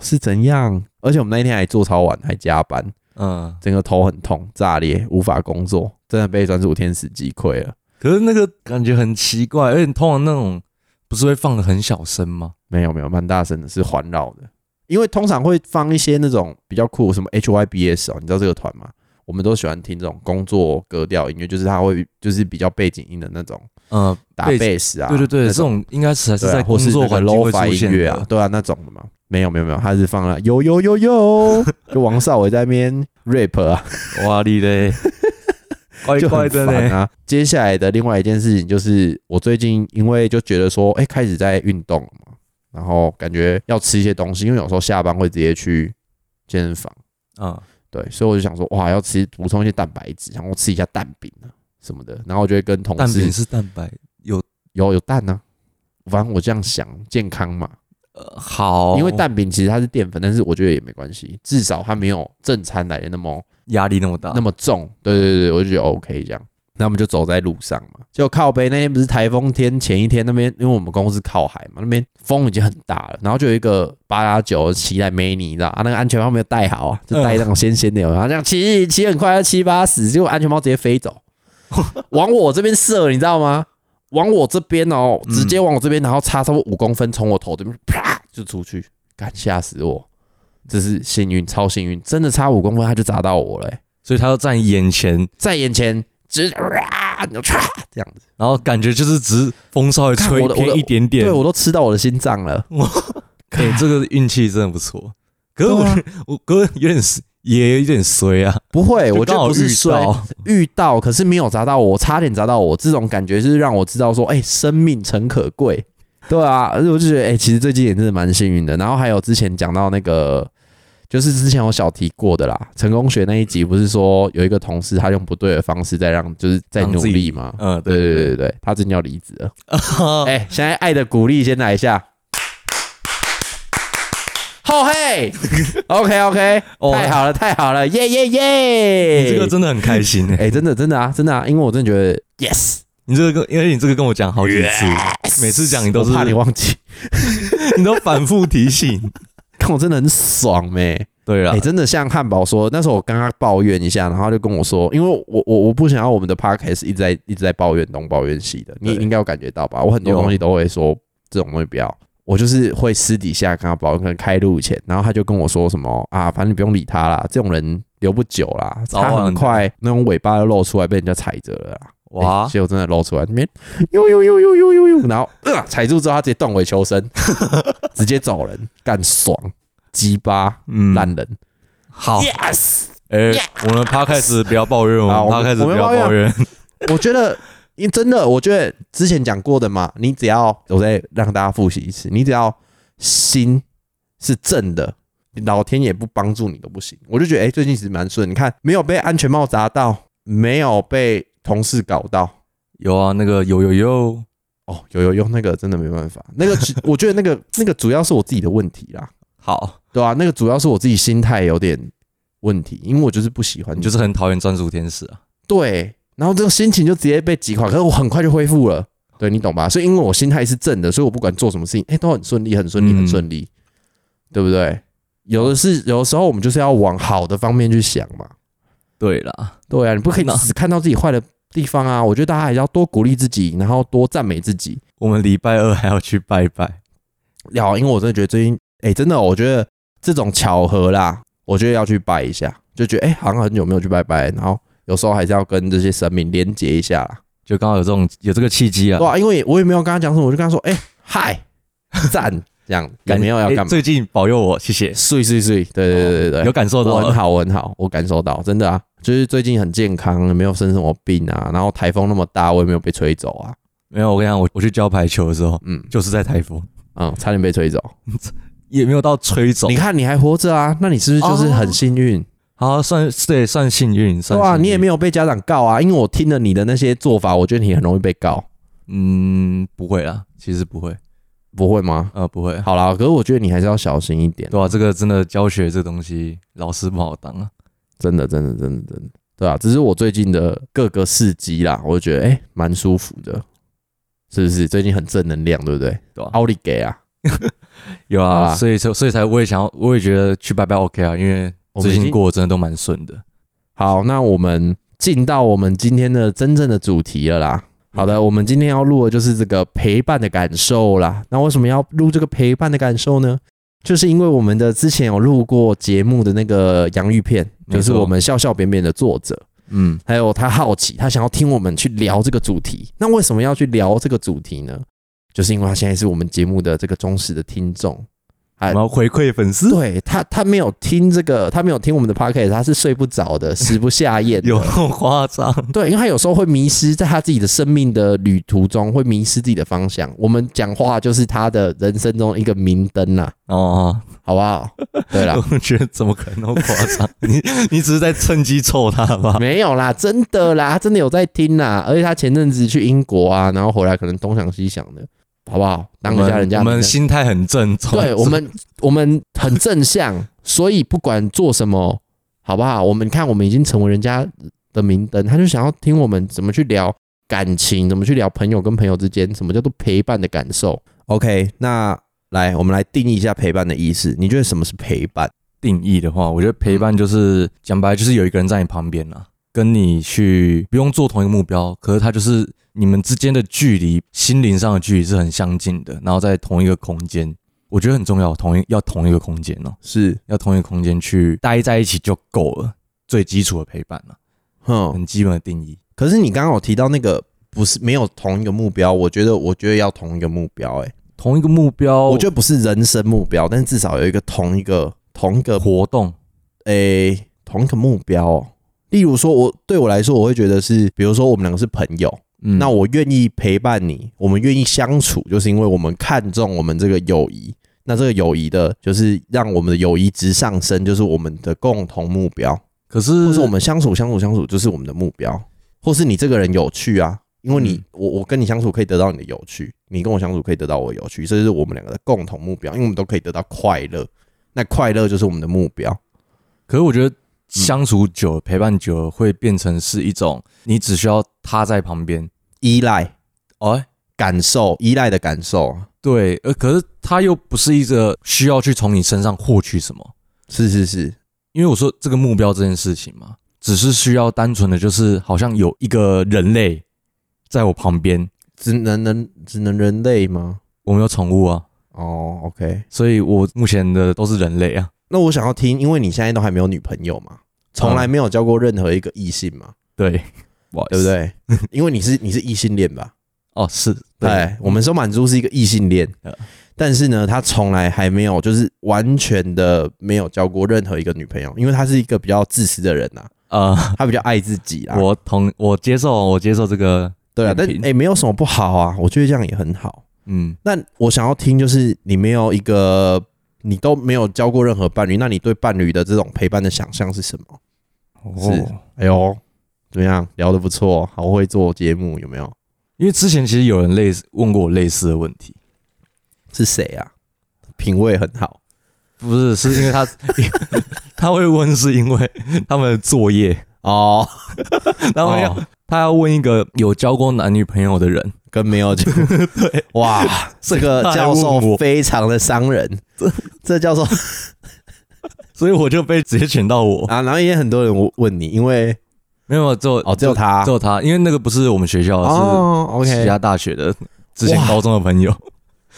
Speaker 1: 是怎样？而且我们那一天还做超晚，还加班。
Speaker 2: 嗯，
Speaker 1: 整个头很痛，炸裂，无法工作，真的被专属天使击溃了。
Speaker 2: 可是那个感觉很奇怪，而且通常那种不是会放的很小声吗？
Speaker 1: 没有没有，蛮大声的，是环绕的，因为通常会放一些那种比较酷，什么 HYBS 哦，你知道这个团吗？我们都喜欢听这种工作格调音乐，就是它会就是比较背景音的那种
Speaker 2: 呃，
Speaker 1: 打
Speaker 2: 背景
Speaker 1: 贝斯啊，
Speaker 2: 对对对，
Speaker 1: 那
Speaker 2: 这种应该是还是
Speaker 1: 对啊
Speaker 2: 在
Speaker 1: 或
Speaker 2: 工
Speaker 1: 是
Speaker 2: 作环境
Speaker 1: low
Speaker 2: 会
Speaker 1: fi
Speaker 2: 出现
Speaker 1: 音乐
Speaker 2: 的
Speaker 1: 啊，，对啊那种的嘛。没有没有没有，他是放了有有有有，就王少伟在那边 rap 啊，
Speaker 2: 哇 你嘞，乖
Speaker 1: 就
Speaker 2: 乖
Speaker 1: 很
Speaker 2: 哎的
Speaker 1: 烦
Speaker 2: 呢，
Speaker 1: 啊。接下来的另外一件事情就是，我最近因为就觉得说，哎、开始在运动了嘛，然后感觉要吃一些东西，因为有时候下班会直接去健身房，
Speaker 2: 嗯，
Speaker 1: 对，所以我就想说，哇，要吃补充一些蛋白质，然后吃一下蛋饼啊什么的，然后我就会跟同
Speaker 2: 蛋
Speaker 1: 事
Speaker 2: 饼是蛋白，
Speaker 1: 有有蛋呢、啊，反正我这样想健康嘛，
Speaker 2: 呃好，
Speaker 1: 因为蛋饼其实它是淀粉，但是我觉得也没关系，至少它没有正餐来的那么
Speaker 2: 压力那么大，
Speaker 1: 那么重。对对对，我就觉得 OK 这样。那我们就走在路上嘛，就靠北那天不是台风天前一天那边，因为我们公司靠海嘛，那边风已经很大了，然后就有一个八加九骑来没你，你知道啊？那个安全帽没有戴好啊，就戴那种仙仙的，然后这样骑骑很快要七八十，结果安全帽直接飞走，往我这边射，你知道吗？往我这边哦，
Speaker 2: 嗯
Speaker 1: 直接往我这边，然后差差不多五公分，从我头这边啪就出去，干吓死我！这是幸运，超幸运，真的差五公分他就砸到我了、欸
Speaker 2: 所以他要在你眼前，
Speaker 1: 在眼前，直接啊，你就唰这样子，
Speaker 2: 然后感觉就是只是风稍微
Speaker 1: 看
Speaker 2: 吹
Speaker 1: 我的我的
Speaker 2: 偏一点 点
Speaker 1: 对，我都吃到我的心脏了。
Speaker 2: 哎，这个运气真的不错。可是我、
Speaker 1: 对啊
Speaker 2: 我 哥有点也有点衰啊，
Speaker 1: 不会，
Speaker 2: 就
Speaker 1: 哎我
Speaker 2: 刚
Speaker 1: 就
Speaker 2: 好
Speaker 1: 不是
Speaker 2: 遇
Speaker 1: 摔
Speaker 2: 到
Speaker 1: 遇到，可是没有砸到我，差点砸到我，这种感觉是让我知道说，哎、生命诚可贵。对啊，而且我就觉得，哎、其实最近也真的蛮幸运的。然后还有之前讲到那个，就是之前我小提过的啦，成功学那一集不是说有一个同事他用不对的方式在让，就是在
Speaker 2: 让
Speaker 1: 努
Speaker 2: 自己
Speaker 1: 力吗？
Speaker 2: 嗯，
Speaker 1: 对
Speaker 2: 对
Speaker 1: 对
Speaker 2: 对
Speaker 1: 对
Speaker 2: 对，
Speaker 1: 对，他真的要离职了。
Speaker 2: 哦
Speaker 1: 哎、现在爱的鼓励先来一下。后 嘿，OK OK，
Speaker 2: 哦
Speaker 1: 太好了太好了，耶耶
Speaker 2: 你这个
Speaker 1: 耶！
Speaker 2: 真的很开心哎、
Speaker 1: 哎、真的真的啊真的啊，因为我真的觉得 yes，
Speaker 2: 你这个跟因为你这个跟我讲好几次，每次讲你都是
Speaker 1: 我怕你忘记，
Speaker 2: 你都反复提醒。
Speaker 1: 看我真的很爽呗、
Speaker 2: 对啦
Speaker 1: 哎、，真的像汉堡说，那时候我跟他抱怨一下，然后他就跟我说，因为我我我不想要我们的 podcast 一直在一直在抱怨东抱怨西的，你
Speaker 2: 对
Speaker 1: 应该有感觉到吧？我很多
Speaker 2: 有
Speaker 1: 东西都会说这种东西不要，我就是会私底下跟他抱怨，可能开录前，然后他就跟我说什么啊，反正你不用理他啦，这种人留不久啦，
Speaker 2: 早晚
Speaker 1: 他很
Speaker 2: 的
Speaker 1: 快那种尾巴就露出来被人家踩着了啦。
Speaker 2: 哇
Speaker 1: 欸，结果真的露出来，那边呦呦呦呦呦呦呦，然后、呃、踩住之后，他直接断尾求生，直接走人，干爽，鸡巴
Speaker 2: 嗯，
Speaker 1: 烂人。哦
Speaker 2: 好，
Speaker 1: Yes，
Speaker 2: 哎、
Speaker 1: Yes
Speaker 2: 我们 p 开始不要抱怨，我
Speaker 1: 好
Speaker 2: 们
Speaker 1: 啊我
Speaker 2: p
Speaker 1: 们
Speaker 2: 开始不要
Speaker 1: 我们
Speaker 2: 抱
Speaker 1: 抱
Speaker 2: 怨，
Speaker 1: 我觉得，因为真的，我觉得之前讲过的嘛，你只要我再让大家复习一次，你只要心是正的，老天也不帮助你都不行。我就觉得，哎、最近其实蛮顺，你看没有被安全帽砸到，没有被同事搞到。
Speaker 2: 有啊，那个有有有，
Speaker 1: 哦，有有有，那个真的没办法，那个 只我觉得那个那个主要是我自己的问题啦，
Speaker 2: 好，
Speaker 1: 对啊，那个主要是我自己心态有点问题，因为我就是不喜欢，
Speaker 2: 你就是很讨厌专属天使啊。
Speaker 1: 对，然后这个心情就直接被击垮，可是我很快就恢复了，对你懂吧？所以因为我心态是正的，所以我不管做什么事情，哎、都很顺利，很顺利，
Speaker 2: 嗯
Speaker 1: 很顺利，对不对？有的是，有的时候我们就是要往好的方面去想嘛。
Speaker 2: 对啦，
Speaker 1: 对啊，你不可以
Speaker 2: 那
Speaker 1: 只看到自己坏的地方啊！我觉得大家还是要多鼓励自己，然后多赞美自己。
Speaker 2: 我们礼拜二还要去拜拜，
Speaker 1: 要，因为我真的觉得最近，哎、真的，我觉得这种巧合啦，我觉得要去拜一下，就觉得哎、诶好像很久没有去拜拜，然后有时候还是要跟这些神明连接一下啦。
Speaker 2: 就刚好有这种有这个契机啊
Speaker 1: 对。啊，因为我也没有跟他讲什么，我就跟他说，哎、嗨，赞，这 样也没有要
Speaker 2: 哎
Speaker 1: 干嘛，哎
Speaker 2: 最近保佑我，谢谢。
Speaker 1: 睡睡睡，对对对对
Speaker 2: 哎
Speaker 1: 对，
Speaker 2: 有感受到
Speaker 1: 我很
Speaker 2: 了，
Speaker 1: 好，我很好，我感受到，真的啊，就是最近很健康，没有生什么病啊，然后台风那么大，我也没有被吹走啊，
Speaker 2: 没有，我跟你讲，我我去教排球的时候，
Speaker 1: 嗯
Speaker 2: 就是在台风，
Speaker 1: 嗯，差点被吹走，
Speaker 2: 也没有到吹走
Speaker 1: 你。看你还活着啊，那你是不是就是很幸运？
Speaker 2: 好，算对，算幸运，
Speaker 1: 对
Speaker 2: 哦算
Speaker 1: 啊，
Speaker 2: 幸运
Speaker 1: 你也没有被家长告啊，因为我听了你的那些做法，我觉得你很容易被告，
Speaker 2: 嗯，不会啦，其实不会，
Speaker 1: 不会吗？
Speaker 2: 呃，不会。
Speaker 1: 好啦，可是我觉得你还是要小心一点，
Speaker 2: 对啊，这个真的教学这东西，老师不好当啊。
Speaker 1: 真的，真的，真的，真的，对啊，只是我最近的各个事迹啦，我觉得哎，蛮、舒服的，是不是？最近很正能量，对不对？
Speaker 2: 对啊
Speaker 1: 奥利给啊，
Speaker 2: 有
Speaker 1: 好
Speaker 2: 啊，
Speaker 1: 啦
Speaker 2: 所以所以才我也想要，我也觉得去拜拜 OK 啊，因为
Speaker 1: 我们
Speaker 2: 最
Speaker 1: 已
Speaker 2: 近
Speaker 1: 经
Speaker 2: 过得真的都蛮顺的。
Speaker 1: 好，那我们进到我们今天的真正的主题了啦。好的，我们今天要录的就是这个陪伴的感受啦。那为什么要录这个陪伴的感受呢？就是因为我们的之前有录过节目的那个洋芋片，
Speaker 2: 没错
Speaker 1: 就是我们笑笑扁扁的作者，
Speaker 2: 嗯，
Speaker 1: 还有他好奇，他想要听我们去聊这个主题。那为什么要去聊这个主题呢？就是因为他现在是我们节目的这个忠实的听众，哎
Speaker 2: 然后回馈粉丝
Speaker 1: 对他，他没有听这个，他没有听我们的 podcast，他是睡不着的，食不下咽的。
Speaker 2: 有啊那么夸张？
Speaker 1: 对，因为他有时候会迷失在他自己的生命的旅途中，会迷失自己的方向。我们讲话就是他的人生中一个明灯呐、
Speaker 2: 哦，
Speaker 1: 好不好？对啊啦，
Speaker 2: 我觉得怎么可能那么夸张？ 你你只是在趁机臭他吧？
Speaker 1: 没有啦，真的啦，他真的有在听啦。而且他前阵子去英国啊，然后回来可能东想西想的，好不好？当一下人家
Speaker 2: 我们我们
Speaker 1: 的
Speaker 2: 心态很正宗，
Speaker 1: 对我们我们很正向， 所以不管做什么，好不好？我们看我们已经成为人家的明灯，他就想要听我们怎么去聊感情，怎么去聊朋友跟朋友之间，什么叫做陪伴的感受。OK，那来我们来定义一下陪伴的意思。你觉得什么是陪伴？
Speaker 2: 定义的话，我觉得陪伴就是讲白，就是有一个人在你旁边啊，跟你去不用做同一个目标，可是他就是你们之间的距离，心灵上的距离是很相近的，然后在同一个空间，我觉得很重要，同一要同一个空间哦，
Speaker 1: 是，
Speaker 2: 要同一个空间去待在一起就够了，最基础的陪伴了、
Speaker 1: 哼，
Speaker 2: 很基本的定义。
Speaker 1: 可是你刚刚有提到那个不是没有同一个目标，我觉得我觉得要同一个目标、欸，
Speaker 2: 同一个目标，
Speaker 1: 我觉得不是人生目标，但至少有一个同一个同一个
Speaker 2: 得活动
Speaker 1: 诶、同一个目标、哦。例如说我，对我来说，我会觉得是，比如说我们两个是朋友，
Speaker 2: 嗯
Speaker 1: 那我愿意陪伴你，我们愿意相处，就是因为我们看重我们这个友谊。那这个友谊的，就是让我们的友谊值上升，就是我们的共同目标，
Speaker 2: 可是
Speaker 1: 或是我们相处相处相处，就是我们的目标，或是你这个人有趣啊，因为你、
Speaker 2: 嗯
Speaker 1: 我我跟你相处可以得到你的有趣，你跟我相处可以得到我的有趣，这就是我们两个的共同目标，因为我们都可以得到快乐，那快乐就是我们的目标。
Speaker 2: 可是我觉得相处久了、陪伴久了，会变成是一种你只需要他在旁边，
Speaker 1: 依赖、
Speaker 2: 哎、
Speaker 1: 感受、依赖的感受，啊
Speaker 2: 对，呃，可是他又不是一个需要去从你身上获取什么，
Speaker 1: 是是是，
Speaker 2: 因为我说这个目标这件事情嘛，只是需要单纯的就是好像有一个人类在我旁边，
Speaker 1: 只能能只能人类吗？
Speaker 2: 我没有宠物啊，
Speaker 1: 哦，OK，
Speaker 2: 所以我目前的都是人类啊，
Speaker 1: 那我想要听，因为你现在都还没有女朋友嘛，从来没有交过任何一个异性嘛，
Speaker 2: 对，哇，
Speaker 1: 对不？对？因为你是你是异性恋吧？
Speaker 2: 哦，是，
Speaker 1: 对，哎我们收满珠是一个异性恋
Speaker 2: 嗯，
Speaker 1: 但是呢，他从来还没有就是完全的没有交过任何一个女朋友，因为他是一个比较自私的人呐、
Speaker 2: 呃，
Speaker 1: 他比较爱自己啦。
Speaker 2: 我同我接受，我接受这个，
Speaker 1: 对啊，但
Speaker 2: 扁平
Speaker 1: 哎、没有什么不好啊，我觉得这样也很好。
Speaker 2: 嗯，
Speaker 1: 那我想要听就是你没有一个你都没有交过任何伴侣，那你对伴侣的这种陪伴的想象是什么？是
Speaker 2: 哦
Speaker 1: 哎呦，怎么样？聊得不错，好会做节目，有没有？
Speaker 2: 因为之前其实有人类似问过我类似的问题，
Speaker 1: 是谁啊？品味很好
Speaker 2: 不是，是因为他 他会问，是因为他们的作业，
Speaker 1: 哦，
Speaker 2: 然后要、
Speaker 1: 哦
Speaker 2: 他要问一个有交过男女朋友的人，
Speaker 1: 跟没有讲。对，哇，这个教
Speaker 2: 他还问
Speaker 1: 授
Speaker 2: 我
Speaker 1: 非常的伤人。 这教授
Speaker 2: 所以我就被直接选到我，
Speaker 1: 啊，然后也很多人问问你，因为
Speaker 2: 没有，只有
Speaker 1: 哦，只有他
Speaker 2: 只有他，因为那个不是我们学校，
Speaker 1: 哦
Speaker 2: 是其
Speaker 1: ，OK，
Speaker 2: 他大学的，之前
Speaker 1: 哇
Speaker 2: 高中的朋友，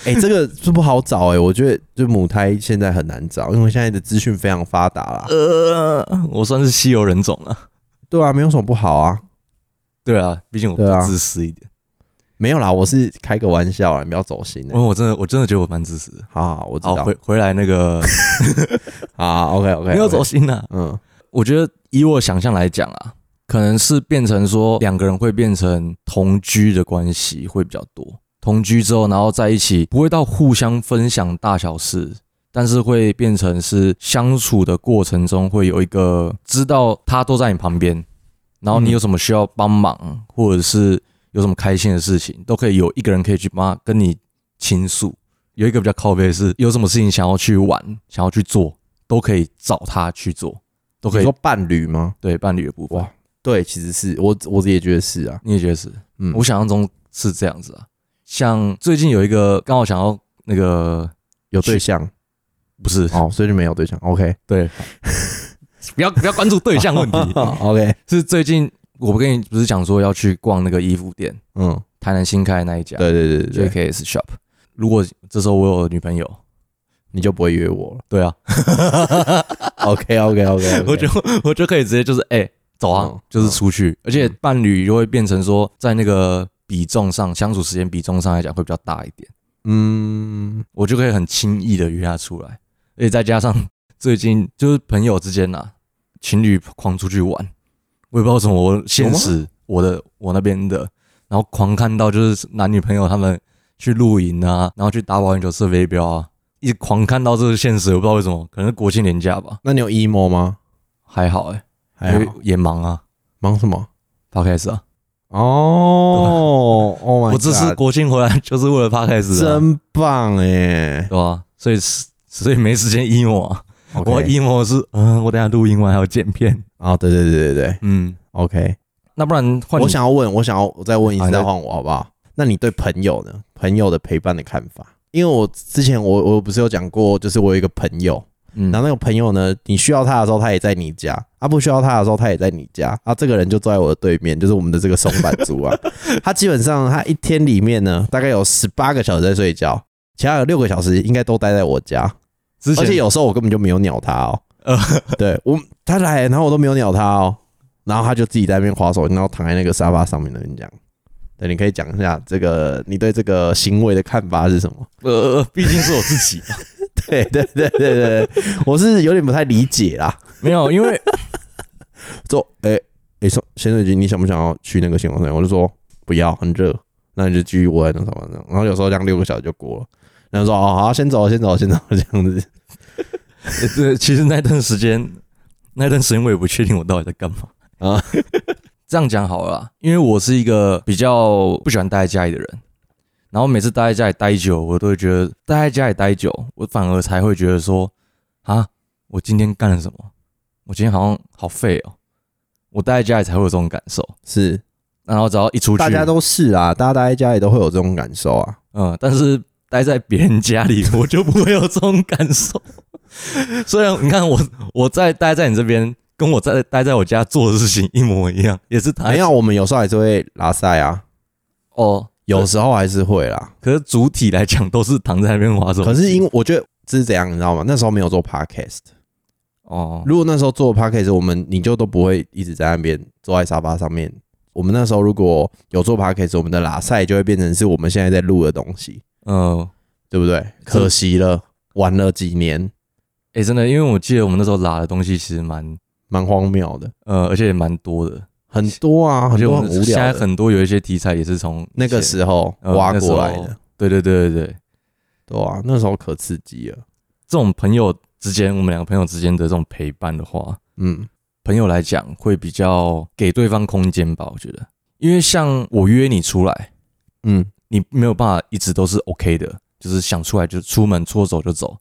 Speaker 1: 哎、这个是不好找哎、我觉得就母胎现在很难找，因为现在的资讯非常发达啦。
Speaker 2: 呃，我算是稀有人种了，
Speaker 1: 对啊，没有什么不好啊。
Speaker 2: 对啊，毕竟我比
Speaker 1: 对啊
Speaker 2: 较自私一点，
Speaker 1: 没有啦，我是开个玩笑啦，你不要走心
Speaker 2: 因
Speaker 1: 欸
Speaker 2: 为我真的我真的觉得我蛮自私的。
Speaker 1: 好好，我知
Speaker 2: 好，
Speaker 1: 道
Speaker 2: 回。回来那个
Speaker 1: 好，OK OK，
Speaker 2: 哦没有走，心啊，
Speaker 1: 嗯，
Speaker 2: 我觉得以我想象来讲啊，可能是变成说两个人会变成同居的关系会比较多。同居之后，然后在一起，不会到互相分享大小事，但是会变成是相处的过程中会有一个知道他都在你旁边，然后你有什么需要帮忙，或者是有什么开心的事情，都可以有一个人可以去帮他跟你倾诉。有一个比较靠背的是，有什么事情想要去玩、想要去做，都可以找他去做，都可
Speaker 1: 你
Speaker 2: 以
Speaker 1: 说伴侣吗？
Speaker 2: 对伴侣的部分
Speaker 1: 哇，对，其实是我我也觉得是啊，
Speaker 2: 你也觉得是？
Speaker 1: 嗯，
Speaker 2: 我想象中是这样子啊。像最近有一个刚好想要那个
Speaker 1: 有对象
Speaker 2: 不是
Speaker 1: 哦，所以就没有对象。OK
Speaker 2: 对，不要不要关注对象问题，
Speaker 1: OK，
Speaker 2: 是最近我不跟你不是讲说要去逛那个衣服店，
Speaker 1: 嗯，
Speaker 2: 台南新开的那一家
Speaker 1: 对对对对对，
Speaker 2: JKS Shop。如果这时候我有女朋友，
Speaker 1: 你就不会约我了。
Speaker 2: 对啊，
Speaker 1: OK OK OK，
Speaker 2: 我就我就可以直接就是哎、走啊，
Speaker 1: 嗯
Speaker 2: 就是出去，而且伴侣就会变成说在那个比重上，相处时间比重上来讲会比较大一点，
Speaker 1: 嗯
Speaker 2: 我就可以很轻易的约他出来，而且再加上 最近就是朋友之间啊，情侣狂出去玩，我也不知道为什么我现实我的我那边的，然后狂看到就是男女朋友他们去露营啊，然后去打保龄球射飞镖啊，一直狂看到这个现实，我不知道为什么，可能是国庆年假吧，
Speaker 1: 那你有 emo 吗？
Speaker 2: 还好哎、
Speaker 1: 还
Speaker 2: 因为
Speaker 1: 好
Speaker 2: 也忙啊。
Speaker 1: 忙什么？
Speaker 2: podcast 啊，
Speaker 1: 哦，Oh my God，
Speaker 2: 我这次国庆回来就是为了 podcast 啊，
Speaker 1: 真棒哎！
Speaker 2: 对吧、所以是所以没时间 emo 啊，我
Speaker 1: OK
Speaker 2: emo 是嗯、我等一下录音完还要剪片，
Speaker 1: 哦，对对对对对
Speaker 2: 嗯，
Speaker 1: ，OK。
Speaker 2: 那不然换你
Speaker 1: 我想要问，我想要我再问一
Speaker 2: 好
Speaker 1: 次，
Speaker 2: 你再
Speaker 1: 再换我好不好？那你对朋友呢？朋友的陪伴的看法？因为我之前我我不是有讲过，就是我有一个朋友，
Speaker 2: 嗯
Speaker 1: 然后那个朋友呢，你需要他的时候他也在你家，啊不需要他的时候他也在你家，啊这个人就坐在我的对面，就是我们的这个松板族 啊，他基本上他一天里面呢，大概有十八个小时在睡觉，其他有六个小时应该都待在我家，
Speaker 2: 之前
Speaker 1: 而且有时候我根本就没有鸟他哦，
Speaker 2: 呃
Speaker 1: 对我他来，然后我都没有鸟他哦，然后他就自己在那边划手机，然后躺在那个沙发上面那边讲。对，你可以讲一下这个你对这个行为的看法是什么？
Speaker 2: 呃，毕竟是我自己，
Speaker 1: 对对对对对，对我是有点不太理解啦。
Speaker 2: 没有，因为
Speaker 1: 说，哎、欸、哎，说潜水机，你想不想要去那个星光山？我就说不要，很热。那你就继续窝在那什么上。然后有时候这样六个小时就过了。然后说哦，好，先走，先走，先走， 这样子。
Speaker 2: 呃这其实那段时间那段时间我也不确定我到底在干嘛
Speaker 1: 啊
Speaker 2: 啊， 这样讲好了啦，因为我是一个比较不喜欢待在家里的人。然后每次待在家里待久，我都会觉得待在家里待久，我反而才会觉得说，啊，我今天干了什么？我今天好像好废哦。我待在家里才会有这种感受。
Speaker 1: 是，
Speaker 2: 然后只要一出去，
Speaker 1: 大家都是啊，大家待在家里都会有这种感受啊。
Speaker 2: 嗯，但是待在别人家里， 我就不会有这种感受。虽然你看我我在待在你这边，跟我在待在我家做的事情一模一样，也是谈
Speaker 1: 啊没有，我们有时候还是会拉塞啊，
Speaker 2: 哦，
Speaker 1: 有时候还是会啦。
Speaker 2: 可是主体来讲都是躺在那边划手机。
Speaker 1: 可是因为我觉得这是怎样，你知道吗？那时候没有做 podcast。
Speaker 2: 哦，
Speaker 1: 如果那时候做 podcast，我们你就都不会一直在那边坐在沙发上面。我们那时候如果有做 podcast，我们的拉塞就会变成是我们现在在录的东西，
Speaker 2: 嗯，
Speaker 1: 对不对？可惜了，玩了几年，
Speaker 2: 哎、真的，因为我记得我们那时候拉的东西其实蛮
Speaker 1: 蛮荒谬的，
Speaker 2: 呃，而且也蛮多的，
Speaker 1: 很多啊，
Speaker 2: 而
Speaker 1: 很
Speaker 2: 且我
Speaker 1: 多很
Speaker 2: 们
Speaker 1: 无
Speaker 2: 现在
Speaker 1: 聊的。
Speaker 2: 很多有一些题材也是从
Speaker 1: 那个
Speaker 2: 以前
Speaker 1: 时候
Speaker 2: 呃
Speaker 1: 挖
Speaker 2: 那时
Speaker 1: 过来
Speaker 2: 候
Speaker 1: 的，
Speaker 2: 对对对对对，
Speaker 1: 对啊，那时候可刺激了。
Speaker 2: 这种朋友之间，我们两个朋友之间的这种陪伴的话，
Speaker 1: 嗯，
Speaker 2: 朋友来讲会比较给对方空间吧，我觉得，因为像我约你出来，
Speaker 1: 嗯，
Speaker 2: 你没有办法一直都是 OK 的，就是想出来就出门搓手就走，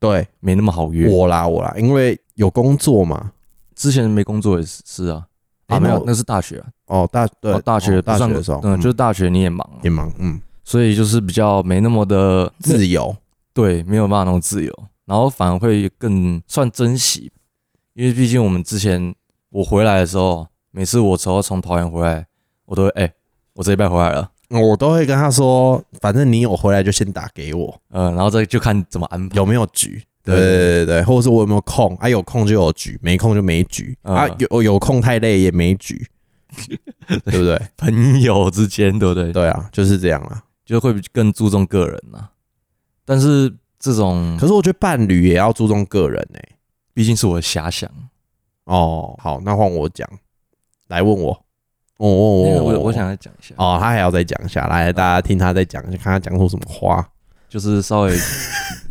Speaker 1: 对
Speaker 2: 没那么好约。
Speaker 1: 我啦我啦，因为有工作嘛。
Speaker 2: 之前没工作也是是啊，
Speaker 1: 啊
Speaker 2: 啊没
Speaker 1: 没
Speaker 2: 有
Speaker 1: 有，
Speaker 2: 那是大学啊，
Speaker 1: 哦，大对
Speaker 2: 哦大学
Speaker 1: 哦大
Speaker 2: 上
Speaker 1: 学的时候，
Speaker 2: 嗯，就是大学你也忙啊，
Speaker 1: 也忙，嗯，
Speaker 2: 所以就是比较没那么的
Speaker 1: 自由，
Speaker 2: 对，没有办法那种自由，然后反而会更算珍惜，因为毕竟我们之前我回来的时候，每次我只要从桃园回来，我都会哎、我这一拜回来了。
Speaker 1: 哦我都会跟他说，反正你有回来就先打给我，
Speaker 2: 呃，然后再就看怎么安排。
Speaker 1: 有没有局？对
Speaker 2: 对
Speaker 1: 对对对，或者是我有没有空啊？有空就有局，没空就没局、
Speaker 2: 嗯
Speaker 1: 啊。有有空太累也没局，对不对？
Speaker 2: 朋友之间，对不对？
Speaker 1: 对啊，就是这样啦。
Speaker 2: 就会更注重个人啦、但是这种
Speaker 1: 可是我觉得伴侣也要注重个人哎、
Speaker 2: 毕竟是我的遐想，
Speaker 1: 哦，好，那换我讲，来问我，哦哦
Speaker 2: 那
Speaker 1: 哦
Speaker 2: 个，我
Speaker 1: 哦
Speaker 2: 我想啊再讲一下，
Speaker 1: 哦，他还要再讲一下，来大家听他再讲，看他讲出什么花。
Speaker 2: 就是稍微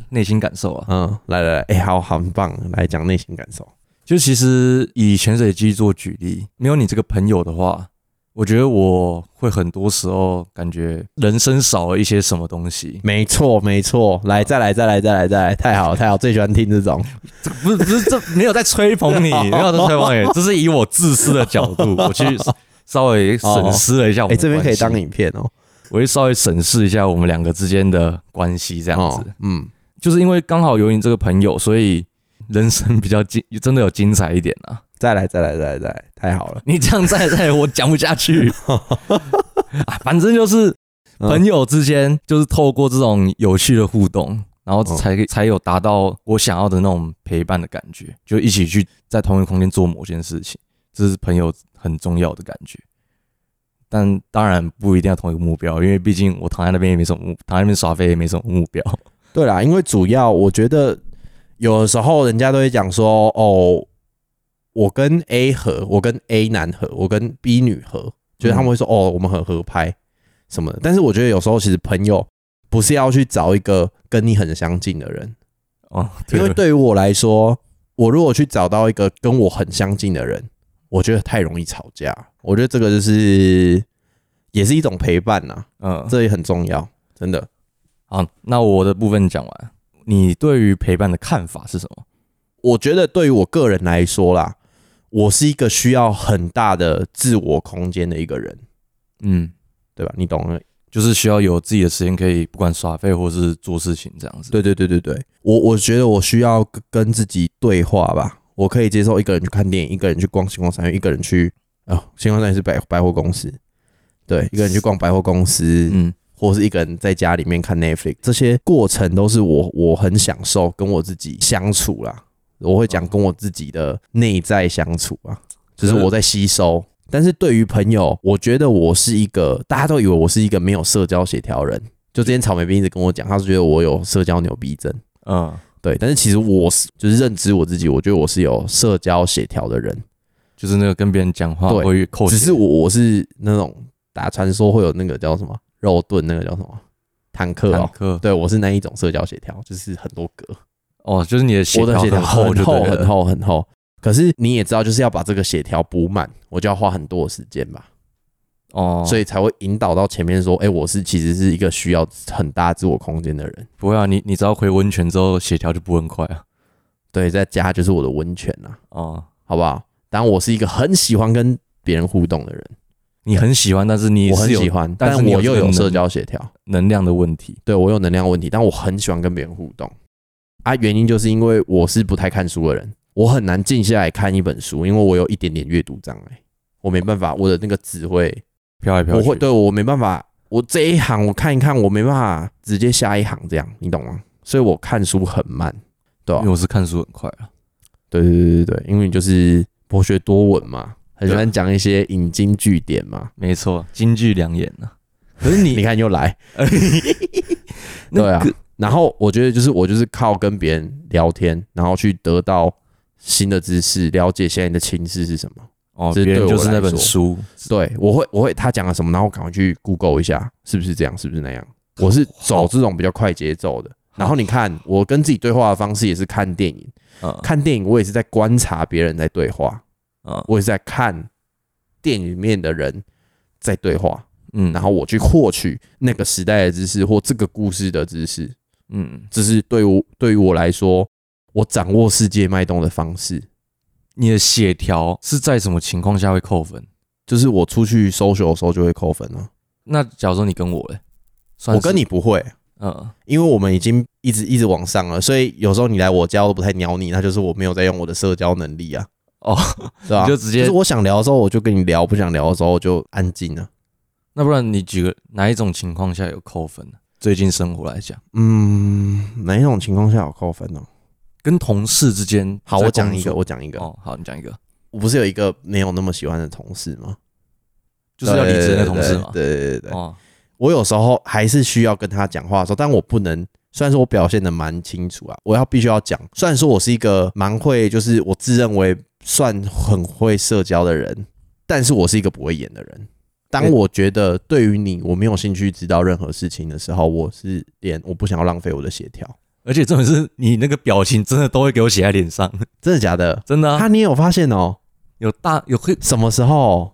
Speaker 2: 内心感受啊。
Speaker 1: 嗯，来来来，哎、好，好很棒，来讲内心感受。
Speaker 2: 就 其实以潜水机做举例，没有你这个朋友的话，我觉得我会很多时候感觉人生少了一些什么东西。
Speaker 1: 没错，没错，
Speaker 2: 啊
Speaker 1: 来，再来，再来，再来，再来，太好 了，太好，最喜欢听这种。
Speaker 2: 这不是不是这没有在吹捧 你，没有在吹捧你，这是以我自私的角度，我去稍微审视了一下
Speaker 1: 哎、
Speaker 2: 我们的关系。
Speaker 1: 这边可以当影片哦。
Speaker 2: 我会稍微审视一下我们两个之间的关系，这样子，
Speaker 1: 哦，嗯，
Speaker 2: 就是因为刚好有你这个朋友，所以人生比较精，真的有精彩一点啊。
Speaker 1: 再来，再来，再来，再来，太好了。
Speaker 2: 你这样再再，我讲不下去、啊反正就是
Speaker 1: 嗯
Speaker 2: 嗯
Speaker 1: 嗯
Speaker 2: 朋友之间，就是透过这种有趣的互动，然后才、才有达到我想要的那种陪伴的感觉，就一起去在同一个空间做某件事情，这是朋友很重要的感觉。但当然不一定要同一个目标，因为毕竟我躺在那边也没什么目，躺在那边耍飞也没什么目标。
Speaker 1: 对啦，因为主要我觉得有的时候人家都会讲说，哦，我跟 A 合，我跟 A 男合，我跟 B 女合，就是他们会说，哦，我们很合拍什么的。但是我觉得有时候其实朋友不是要去找一个跟你很相近的人，
Speaker 2: 哦，
Speaker 1: 因为对于我来说，我如果去找到一个跟我很相近的人，我觉得太容易吵架。我觉得这个就是也是一种陪伴呐、
Speaker 2: 嗯，
Speaker 1: 这也很重要，真的。
Speaker 2: 好，那我的部分讲完，你对于陪伴的看法是什么？
Speaker 1: 我觉得对于我个人来说啦，我是一个需要很大的自我空间的一个人，
Speaker 2: 嗯，
Speaker 1: 对吧？你懂了？
Speaker 2: 就是需要有自己的时间，可以不管耍废或是做事情这样子。
Speaker 1: 对对对对对，我我觉得我需要跟跟自己对话吧。我可以接受一个人去看电影，一个人去逛星光三月，一个人去啊、星光三月是百百货公司，对，一个人去逛百货公司，
Speaker 2: 嗯，
Speaker 1: 或是一个人在家里面看 Netflix，这些过程都是我我很享受跟我自己相处啦。我会讲跟我自己的内在相处啊，就是我在吸收。但是对于朋友，我觉得我是一个大家都以为我是一个没有社交协调人。就之前草莓冰一直跟我讲，他是觉得我有社交牛逼症，
Speaker 2: 嗯，
Speaker 1: 对。但是其实我是就是认知我自己，我觉得我是有社交协调的人，
Speaker 2: 就是那个跟别人讲话
Speaker 1: 对
Speaker 2: 会扣血，
Speaker 1: 只是我我是那种打传说会有那个叫什么肉盾，那个叫什么坦克哦
Speaker 2: 坦，克
Speaker 1: 对我是那一种社交协调，就是很多格，
Speaker 2: 哦，就是你的血
Speaker 1: 我的
Speaker 2: 条
Speaker 1: 协调
Speaker 2: 厚
Speaker 1: 很
Speaker 2: 就
Speaker 1: 厚
Speaker 2: 对了
Speaker 1: 很厚很厚。可是你也知道，就是要把这个协调补满，我就要花很多的时间吧，
Speaker 2: 哦，
Speaker 1: 所
Speaker 2: 以
Speaker 1: 以才会引导到前面说，哎、我是其实是一个需要很大自我空间的人。
Speaker 2: 不会啊，你你只要回温泉之后血条就不会很快啊。
Speaker 1: 对，在家就是我的温泉啦、
Speaker 2: 哦，
Speaker 1: 好不好？当然，我是一个很喜欢跟别人互动的人，
Speaker 2: 你很喜欢，但是你
Speaker 1: 我很
Speaker 2: 是有
Speaker 1: 喜欢，
Speaker 2: 但
Speaker 1: 但
Speaker 2: 是你
Speaker 1: 我又
Speaker 2: 这个
Speaker 1: 有社
Speaker 2: 能
Speaker 1: 交协调，
Speaker 2: 能量的问题。
Speaker 1: 对我有能量问题，但我很喜欢跟别人互动。啊，原因就是因为我是不太看书的人，我很难静下来看一本书，因为我有一点点阅读障碍，我没办法，我的那个字会，
Speaker 2: 飘来飘
Speaker 1: 我
Speaker 2: 去，
Speaker 1: 会对我没办法，我这一行我看一看，我没办法直接下一行这样，你懂吗？所以我看书很慢，对吧、
Speaker 2: 因为我是看书很快啊。
Speaker 1: 对对对对对，因为你就是博学多闻嘛，很喜欢讲一些引经据典嘛。
Speaker 2: 没错，金句良言啊。可是
Speaker 1: 你
Speaker 2: 你
Speaker 1: 看又 来，
Speaker 2: 那
Speaker 1: 对啊
Speaker 2: 个，
Speaker 1: 然后我觉得就是我就是靠跟别人聊天，然后去得到新的知识，了解现在的情势是什么。
Speaker 2: 哦，
Speaker 1: 这
Speaker 2: 别
Speaker 1: 对
Speaker 2: 人
Speaker 1: 我
Speaker 2: 就是那
Speaker 1: 来
Speaker 2: 本
Speaker 1: 说
Speaker 2: 书，
Speaker 1: 对，我会我会他讲了什么，然后赶快去 Google 一下，是不是这样，是不是那样？
Speaker 2: 哦
Speaker 1: 我是走这种比较快节奏的。然后你看，我跟自己对话的方式也是看电影，
Speaker 2: 嗯
Speaker 1: 看电影我也是在观察别人在对话，
Speaker 2: 嗯
Speaker 1: 我也是在看电影里面的人在对话，
Speaker 2: 嗯，
Speaker 1: 然后我去获取那个时代的知识或这个故事的知识。
Speaker 2: 嗯，
Speaker 1: 这是对我对于我来说，我掌握世界脉动的方式，
Speaker 2: 你的血条是在什么情况下会扣分？
Speaker 1: 就是我出去 social 的时候就会扣分了、
Speaker 2: 那假如说你跟我嘞，算
Speaker 1: 我
Speaker 2: 是
Speaker 1: 跟你不会，
Speaker 2: 嗯，
Speaker 1: 因为我们已经一直一直往上了，所以有时候你来我家我都不太鸟你，那就是我没有在用我的社交能力啊，
Speaker 2: 哦，
Speaker 1: 对吧、
Speaker 2: 你就直接
Speaker 1: 是我想聊的时候我就跟你聊，不想聊的时候我就安静啊了。
Speaker 2: 那不然你举个哪一种情况下有扣分呢？最近生活来讲，
Speaker 1: 嗯，哪一种情况下有扣分呢、
Speaker 2: 跟同事之间，
Speaker 1: 好，我讲一个，
Speaker 2: 我
Speaker 1: 我讲一个，
Speaker 2: 哦，好，你讲一个，
Speaker 1: 我不是有一个没有那么喜欢的同事吗？
Speaker 2: 就是要离职的那个同事嘛，
Speaker 1: 对对对对对，
Speaker 2: 哦，
Speaker 1: 我有时候还是需要跟他讲话的时候，但我不能。虽然说我表现的蛮清楚啊，我要必须要讲。虽然说我是一个蛮会，就是我自认为算很会社交的人，但是我是一个不会演的人。当
Speaker 2: 对
Speaker 1: 我觉得对于你我没有兴趣知道任何事情的时候，我是连我不想要浪费我的协调，
Speaker 2: 而且重点是你那个表情真的都会给我写在脸上，
Speaker 1: 真的假的？
Speaker 2: 真的啊
Speaker 1: 啊，你也有发现哦？
Speaker 2: 有大有会
Speaker 1: 什么时候？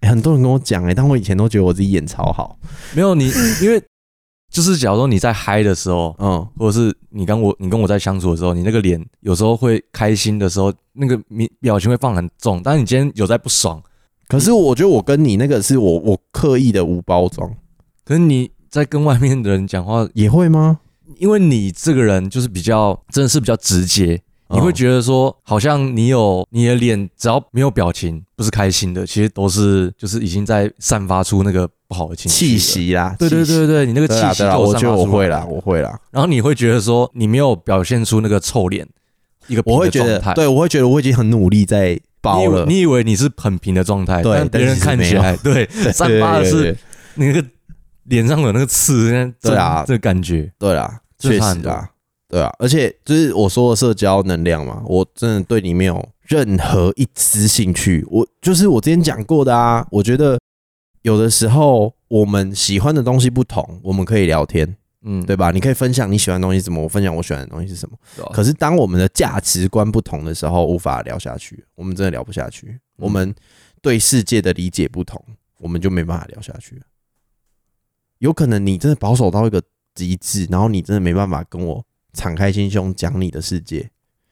Speaker 1: 欸很多人跟我讲哎、欸但我以前都觉得我自己演超好，
Speaker 2: 没有你， 因为就是假如说你在嗨的时候，
Speaker 1: 嗯，
Speaker 2: 或者是你跟我你跟我在相处的时候，你那个脸有时候会开心的时候，那个你表情会放很重，但是你今天有在不爽，
Speaker 1: 可是我觉得我跟你那个是我我刻意的无包装，
Speaker 2: 可是你在跟外面的人讲话，
Speaker 1: 也会吗？
Speaker 2: 因为你这个人就是比较真的是比较直接，
Speaker 1: 嗯
Speaker 2: 你会觉得说，好像你有你的脸，只要没有表情，不是开心的，其实都是就是已经在散发出那个不好的情绪
Speaker 1: 气
Speaker 2: 了。
Speaker 1: 息啦，
Speaker 2: 对对
Speaker 1: 气息，
Speaker 2: 对对，你那个
Speaker 1: 对啦
Speaker 2: 气息
Speaker 1: 对啦，啊
Speaker 2: 就
Speaker 1: 我
Speaker 2: 散
Speaker 1: 觉得
Speaker 2: 发
Speaker 1: 我
Speaker 2: 出来
Speaker 1: 会
Speaker 2: 了
Speaker 1: 啦，我会啦，
Speaker 2: 然后你会觉得说，你没有表现出那个臭脸，一个
Speaker 1: 我会
Speaker 2: 平
Speaker 1: 觉
Speaker 2: 的
Speaker 1: 得
Speaker 2: 状态，
Speaker 1: 对我会觉得我已经很努力在
Speaker 2: 你
Speaker 1: 包
Speaker 2: 以为
Speaker 1: 了，
Speaker 2: 你以为你是很平的状态，
Speaker 1: 对
Speaker 2: 但别
Speaker 1: 但
Speaker 2: 人
Speaker 1: 其实
Speaker 2: 看
Speaker 1: 没
Speaker 2: 起
Speaker 1: 有
Speaker 2: 来 对 散
Speaker 1: 对
Speaker 2: 发的
Speaker 1: 对对
Speaker 2: 是
Speaker 1: 对
Speaker 2: 你那个脸上有那个刺，那这
Speaker 1: 对啊
Speaker 2: 这个感觉。
Speaker 1: 对啦，
Speaker 2: 这
Speaker 1: 确
Speaker 2: 差
Speaker 1: 实
Speaker 2: 很多
Speaker 1: 啦，对啊，而且就是我说的社交能量嘛，我真的对你没有任何一丝兴趣。我就是我之前讲过的啊，我觉得有的时候我们喜欢的东西不同，我们可以聊天，
Speaker 2: 嗯，
Speaker 1: 对吧？你可以分享你喜欢的东西是什么，我分享我喜欢的东西是什么。
Speaker 2: 对啊，
Speaker 1: 可是当我们的价值观不同的时候，无法聊下去，我们真的聊不下去。我们对世界的理解不同，我们就没办法聊下去了。有可能你真的保守到一个极致，然后你真的没办法跟我敞开心胸讲你的世界。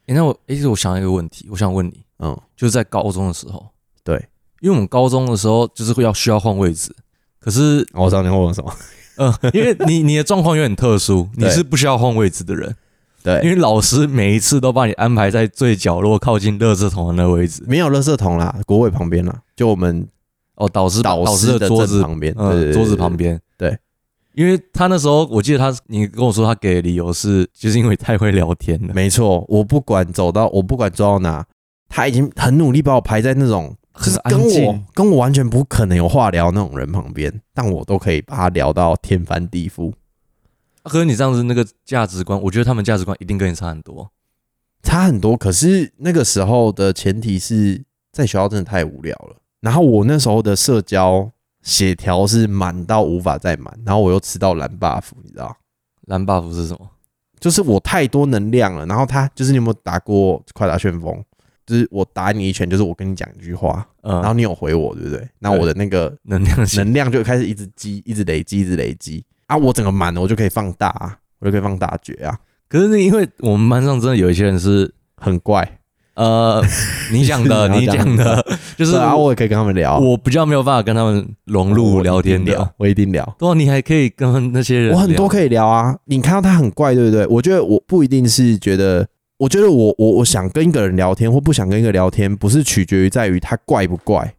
Speaker 2: 诶那我诶，我想到一个问题，我想问你，
Speaker 1: 嗯，
Speaker 2: 就是在高中的时候，
Speaker 1: 对。
Speaker 2: 因为我们高中的时候就是会要需要换位置，可 是
Speaker 1: 哦我知道你会问什么。
Speaker 2: 嗯，呃因为你你的状况有点特殊，你
Speaker 1: 对
Speaker 2: 是不需要换位置的人，因
Speaker 1: 对，
Speaker 2: 为老师每一次都把你安排在最角落靠近垃圾桶的那个位置。
Speaker 1: 没有垃圾桶啦，国卫旁边啦，就我们
Speaker 2: 哦，导师
Speaker 1: 导
Speaker 2: 导
Speaker 1: 师
Speaker 2: 师
Speaker 1: 的
Speaker 2: 的桌
Speaker 1: 正
Speaker 2: 子
Speaker 1: 旁边，对对
Speaker 2: 嗯，
Speaker 1: 对
Speaker 2: 桌子旁。边。
Speaker 1: 对，
Speaker 2: 因为他那时候，我记得他，你跟我说他给的理由是，就是因为太会聊天了，
Speaker 1: 没错，我不管走到，我不管走到哪，他已经很努力把我排在那种就
Speaker 2: 很
Speaker 1: 是
Speaker 2: 安
Speaker 1: 跟我
Speaker 2: 静。啊
Speaker 1: 跟我完全不可能有话聊那种人旁边，但我都可以把他聊到天翻地覆，
Speaker 2: 可是你这样子那个价值观，我觉得他们价值观一定跟你差很多。
Speaker 1: 差很多。可是那个时候的前提是在学校真的太无聊了，然后我那时候的社交协调是满到无法再满，然后我又吃到蓝 buff，你知道，
Speaker 2: 蓝 buff 是什么？
Speaker 1: 就是我太多能量了。然后他就是你有没有打过快打旋风？就是我打你一拳，就是我跟你讲一句话，
Speaker 2: 嗯，
Speaker 1: 然后你有回我，对不对？那我的那个
Speaker 2: 能量型，
Speaker 1: 能量就开始一直积，一直累积，一直累积啊！我整个满了，我就可以放大、啊，我就可以放大绝啊，
Speaker 2: 可是因为我们班上真的有一些人是，
Speaker 1: 很怪。
Speaker 2: 呃，你讲的，
Speaker 1: 你
Speaker 2: 你
Speaker 1: 要
Speaker 2: 讲
Speaker 1: 这样
Speaker 2: 的，就是
Speaker 1: 啊对啊，
Speaker 2: 我
Speaker 1: 我也可以跟他们聊啊，
Speaker 2: 我比较没有办法跟他们融入聊天
Speaker 1: 聊
Speaker 2: 的。，
Speaker 1: 我一定聊。
Speaker 2: 对啊，你还可以跟那些人聊，
Speaker 1: 我很多可以聊啊，你看到他很怪，对不对？我觉得我不一定是觉得，我觉得我我我想跟一个人聊天或不想跟一个聊天，不是取决于在于他怪不怪，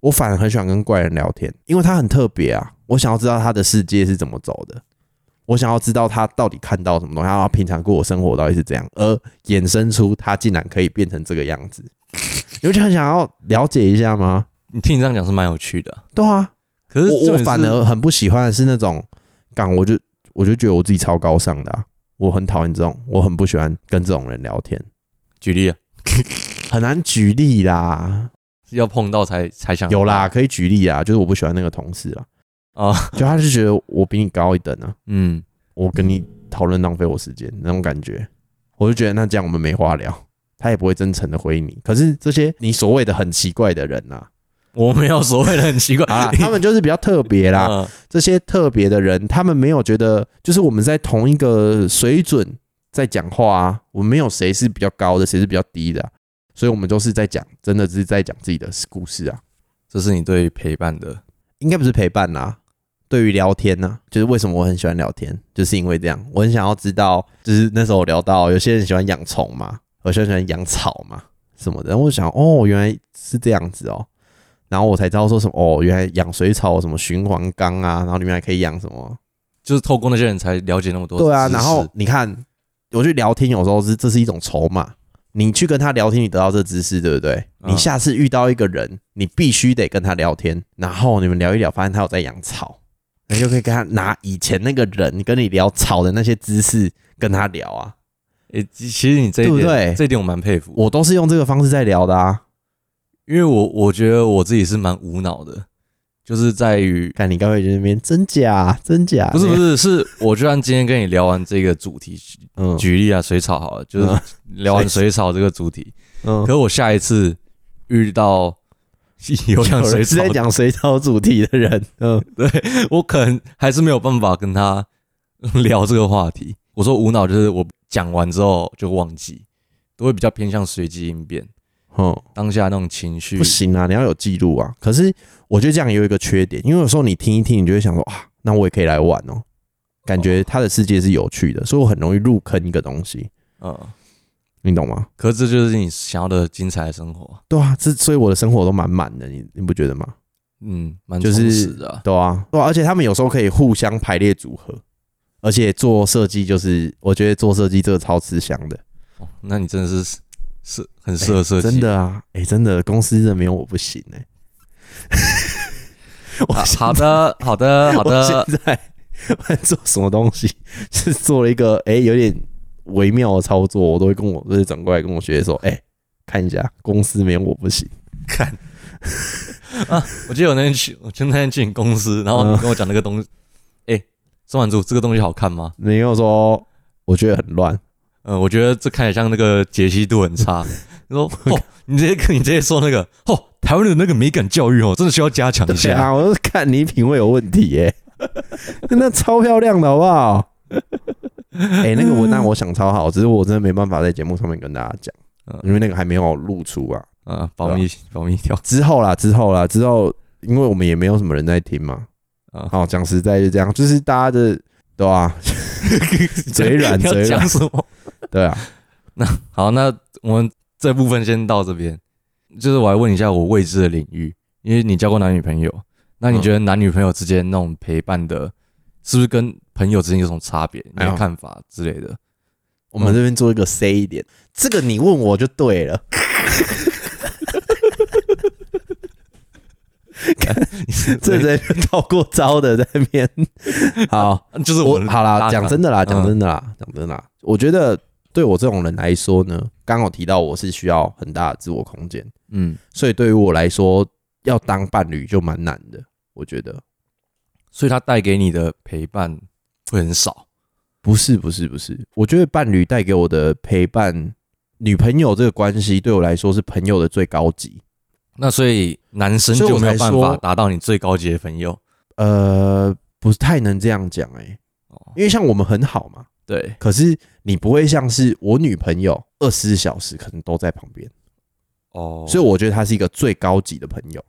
Speaker 1: 我反而很喜欢跟怪人聊天，因为他很特别啊。我想要知道他的世界是怎么走的，我想要知道他到底看到什么东西，他平常过我生活到底是怎样，而衍生出他竟然可以变成这个样子，你就很想要了解一下吗？
Speaker 2: 你听你这样讲是蛮有趣的。
Speaker 1: 对啊，
Speaker 2: 可是
Speaker 1: 我
Speaker 2: 重
Speaker 1: 我
Speaker 2: 点是
Speaker 1: 反而很不喜欢的是那种，干我就我就觉得我自己超高尚的、啊，我很讨厌这种，我很不喜欢跟这种人聊天，
Speaker 2: 举例啊，
Speaker 1: 很难举例啦，
Speaker 2: 要碰到才才想
Speaker 1: 有啦，可以举例啊，就是我不喜欢那个同事啊，
Speaker 2: 啊，
Speaker 1: 就他就觉得我比你高一等啊，
Speaker 2: 嗯，
Speaker 1: 我跟你讨论浪费我时间那种感觉，我就觉得那这样我们没话聊，他也不会真诚的回应你。可是这些你所谓的很奇怪的人呐、
Speaker 2: 我没有所谓的很奇怪
Speaker 1: 啊，他们就是比较特别啦，
Speaker 2: 嗯
Speaker 1: 这些特别的人，他们没有觉得，就是我们在同一个水准在讲话啊，我们没有谁是比较高的，谁是比较低的啊、所以我们都是在讲，真的是在讲自己的故事啊，
Speaker 2: 这是你对陪伴的，
Speaker 1: 应该不是陪伴啦、对于聊天呢、就是为什么我很喜欢聊天，就是因为这样，我很想要知道，就是那时候我聊到有些人喜欢养虫嘛，有些人喜欢养草嘛什么的，然后我就想哦，原来是这样子哦，然后我才知道说什么哦，原来养水草有什么循环缸啊，然后里面还可以养什么
Speaker 2: 就是透过那些人才了解那么多。
Speaker 1: 对啊，然后你看，我去聊天有时候是这是一种筹码，你去跟他聊天，你得到这知识，对不对？
Speaker 2: 嗯
Speaker 1: 你下次遇到一个人，你必须得跟他聊天，然后你们聊一聊，发现他有在养草，你就可以跟他拿以前那个人跟你聊草的那些知识跟他聊啊。
Speaker 2: 诶，其其实你这一点，
Speaker 1: 对不对
Speaker 2: 这一点我蛮佩服，
Speaker 1: 我都是用这个方式在聊的啊。
Speaker 2: 因为我我觉得我自己是蛮无脑的，就是在于
Speaker 1: 看你刚才在那边真假真假，
Speaker 2: 不是不，是是，我就算今天跟你聊完这个主题，举
Speaker 1: 嗯
Speaker 2: 举例啊，水草好了，就是
Speaker 1: 嗯
Speaker 2: 聊完水草这个主题，可
Speaker 1: 嗯，
Speaker 2: 是我下一次遇到有讲
Speaker 1: 有
Speaker 2: 水
Speaker 1: 人是
Speaker 2: 草
Speaker 1: 在
Speaker 2: 的，
Speaker 1: 讲水草主题的人，嗯，
Speaker 2: 我可能还是没有办法跟他聊这个话题。我说无脑就是我讲完之后就忘记，都会比较偏向随机应变，
Speaker 1: 哦。
Speaker 2: 当下那种情绪
Speaker 1: 不行
Speaker 2: 嗯
Speaker 1: 啊，你要有记录啊。可是我觉得这样也有一个缺点，因为有时候你听一听，你就会想说啊，那我也可以来玩
Speaker 2: 哦
Speaker 1: 哦，感觉他的世界是有趣的，所以我很容易入坑一个东西。
Speaker 2: 嗯，
Speaker 1: 你懂吗？
Speaker 2: 可是这就是你想要的精彩的生活，
Speaker 1: 对啊，这所以我的生活都满满的，你你不觉得吗？
Speaker 2: 嗯，蛮
Speaker 1: 就
Speaker 2: 充
Speaker 1: 是
Speaker 2: 实的啊、
Speaker 1: 对啊，对啊，而且他们有时候可以互相排列组合，而且做设计就是，我觉得做设计这个超吃香的，
Speaker 2: 哦那你真的是是很适合设计、
Speaker 1: 真的啊，哎、真的公司真的没有我不行哎、我
Speaker 2: 啊好的，好 的，好
Speaker 1: 我
Speaker 2: 的，
Speaker 1: 现在我在做什么东西？是做了一个哎、诶有点微妙的操作，我都会跟我就是转过来跟我学姐说，哎、看一下公司没有我不行。
Speaker 2: 我记得我那天去，我就那天去你公司，
Speaker 1: 嗯
Speaker 2: 然后你跟我讲那个东西，哎、宋满珠，这个东西好看吗？
Speaker 1: 你又说我觉得很 乱，
Speaker 2: 呃，我觉得这看起来像那个解析度很 差。你说，哦，你直接跟你直接说那个，哦，台湾的那个美感教育哦，真的需要加强一
Speaker 1: 对
Speaker 2: 下。
Speaker 1: 啊，我是看你品味有问题耶、那超漂亮的好不好？哎、那个文案我想超好，只是我真的没办法在节目上面跟大家讲，
Speaker 2: 嗯
Speaker 1: 因为那个还没有露出啊。
Speaker 2: 啊，保密保密 条
Speaker 1: 之后啦，之后啦，之后，因为我们也没有什么人在听嘛。
Speaker 2: 啊，
Speaker 1: 好，讲实在就这样，就是大家的对啊，嘴软
Speaker 2: 你要
Speaker 1: 嘴软
Speaker 2: 讲什么？
Speaker 1: 对啊，
Speaker 2: 好，那我们这部分先到这边。就是我来问一下我未知的领域，因为你交过男女朋友，那你
Speaker 1: 嗯
Speaker 2: 觉得男女朋友之间那种陪伴的，是不是跟朋友之间有什么差别？你
Speaker 1: 哎呦
Speaker 2: 的看法之类的？
Speaker 1: 我们这边做一个 C 一点，这个你问我就对了。 这 人套过招的在那边，好，
Speaker 2: 就是
Speaker 1: 我
Speaker 2: 们
Speaker 1: 好啦，讲真的啦，
Speaker 2: 嗯
Speaker 1: 讲真的啦，讲真的啦，我觉得对我这种人来说呢，刚好提到我是需要很大的自我空间，
Speaker 2: 嗯，
Speaker 1: 所以对于我来说，要当伴侣就蛮难的，我觉得。
Speaker 2: 所以他带给你的陪伴会很少。
Speaker 1: 不是不是不是，我觉得伴侣带给我的陪伴，女朋友这个关系对我来说是朋友的最高级。
Speaker 2: 那所以男生
Speaker 1: 所以
Speaker 2: 就
Speaker 1: 我
Speaker 2: 没
Speaker 1: 才
Speaker 2: 有办
Speaker 1: 说
Speaker 2: 法达到你最高级的朋友。
Speaker 1: 呃，不太能这样讲哎、
Speaker 2: 哦，
Speaker 1: 因为像我们很好嘛，
Speaker 2: 对，
Speaker 1: 可是你不会像是我女朋友二十四小时可能都在旁边，
Speaker 2: 哦，
Speaker 1: 所以我觉得她是一个最高级的朋友。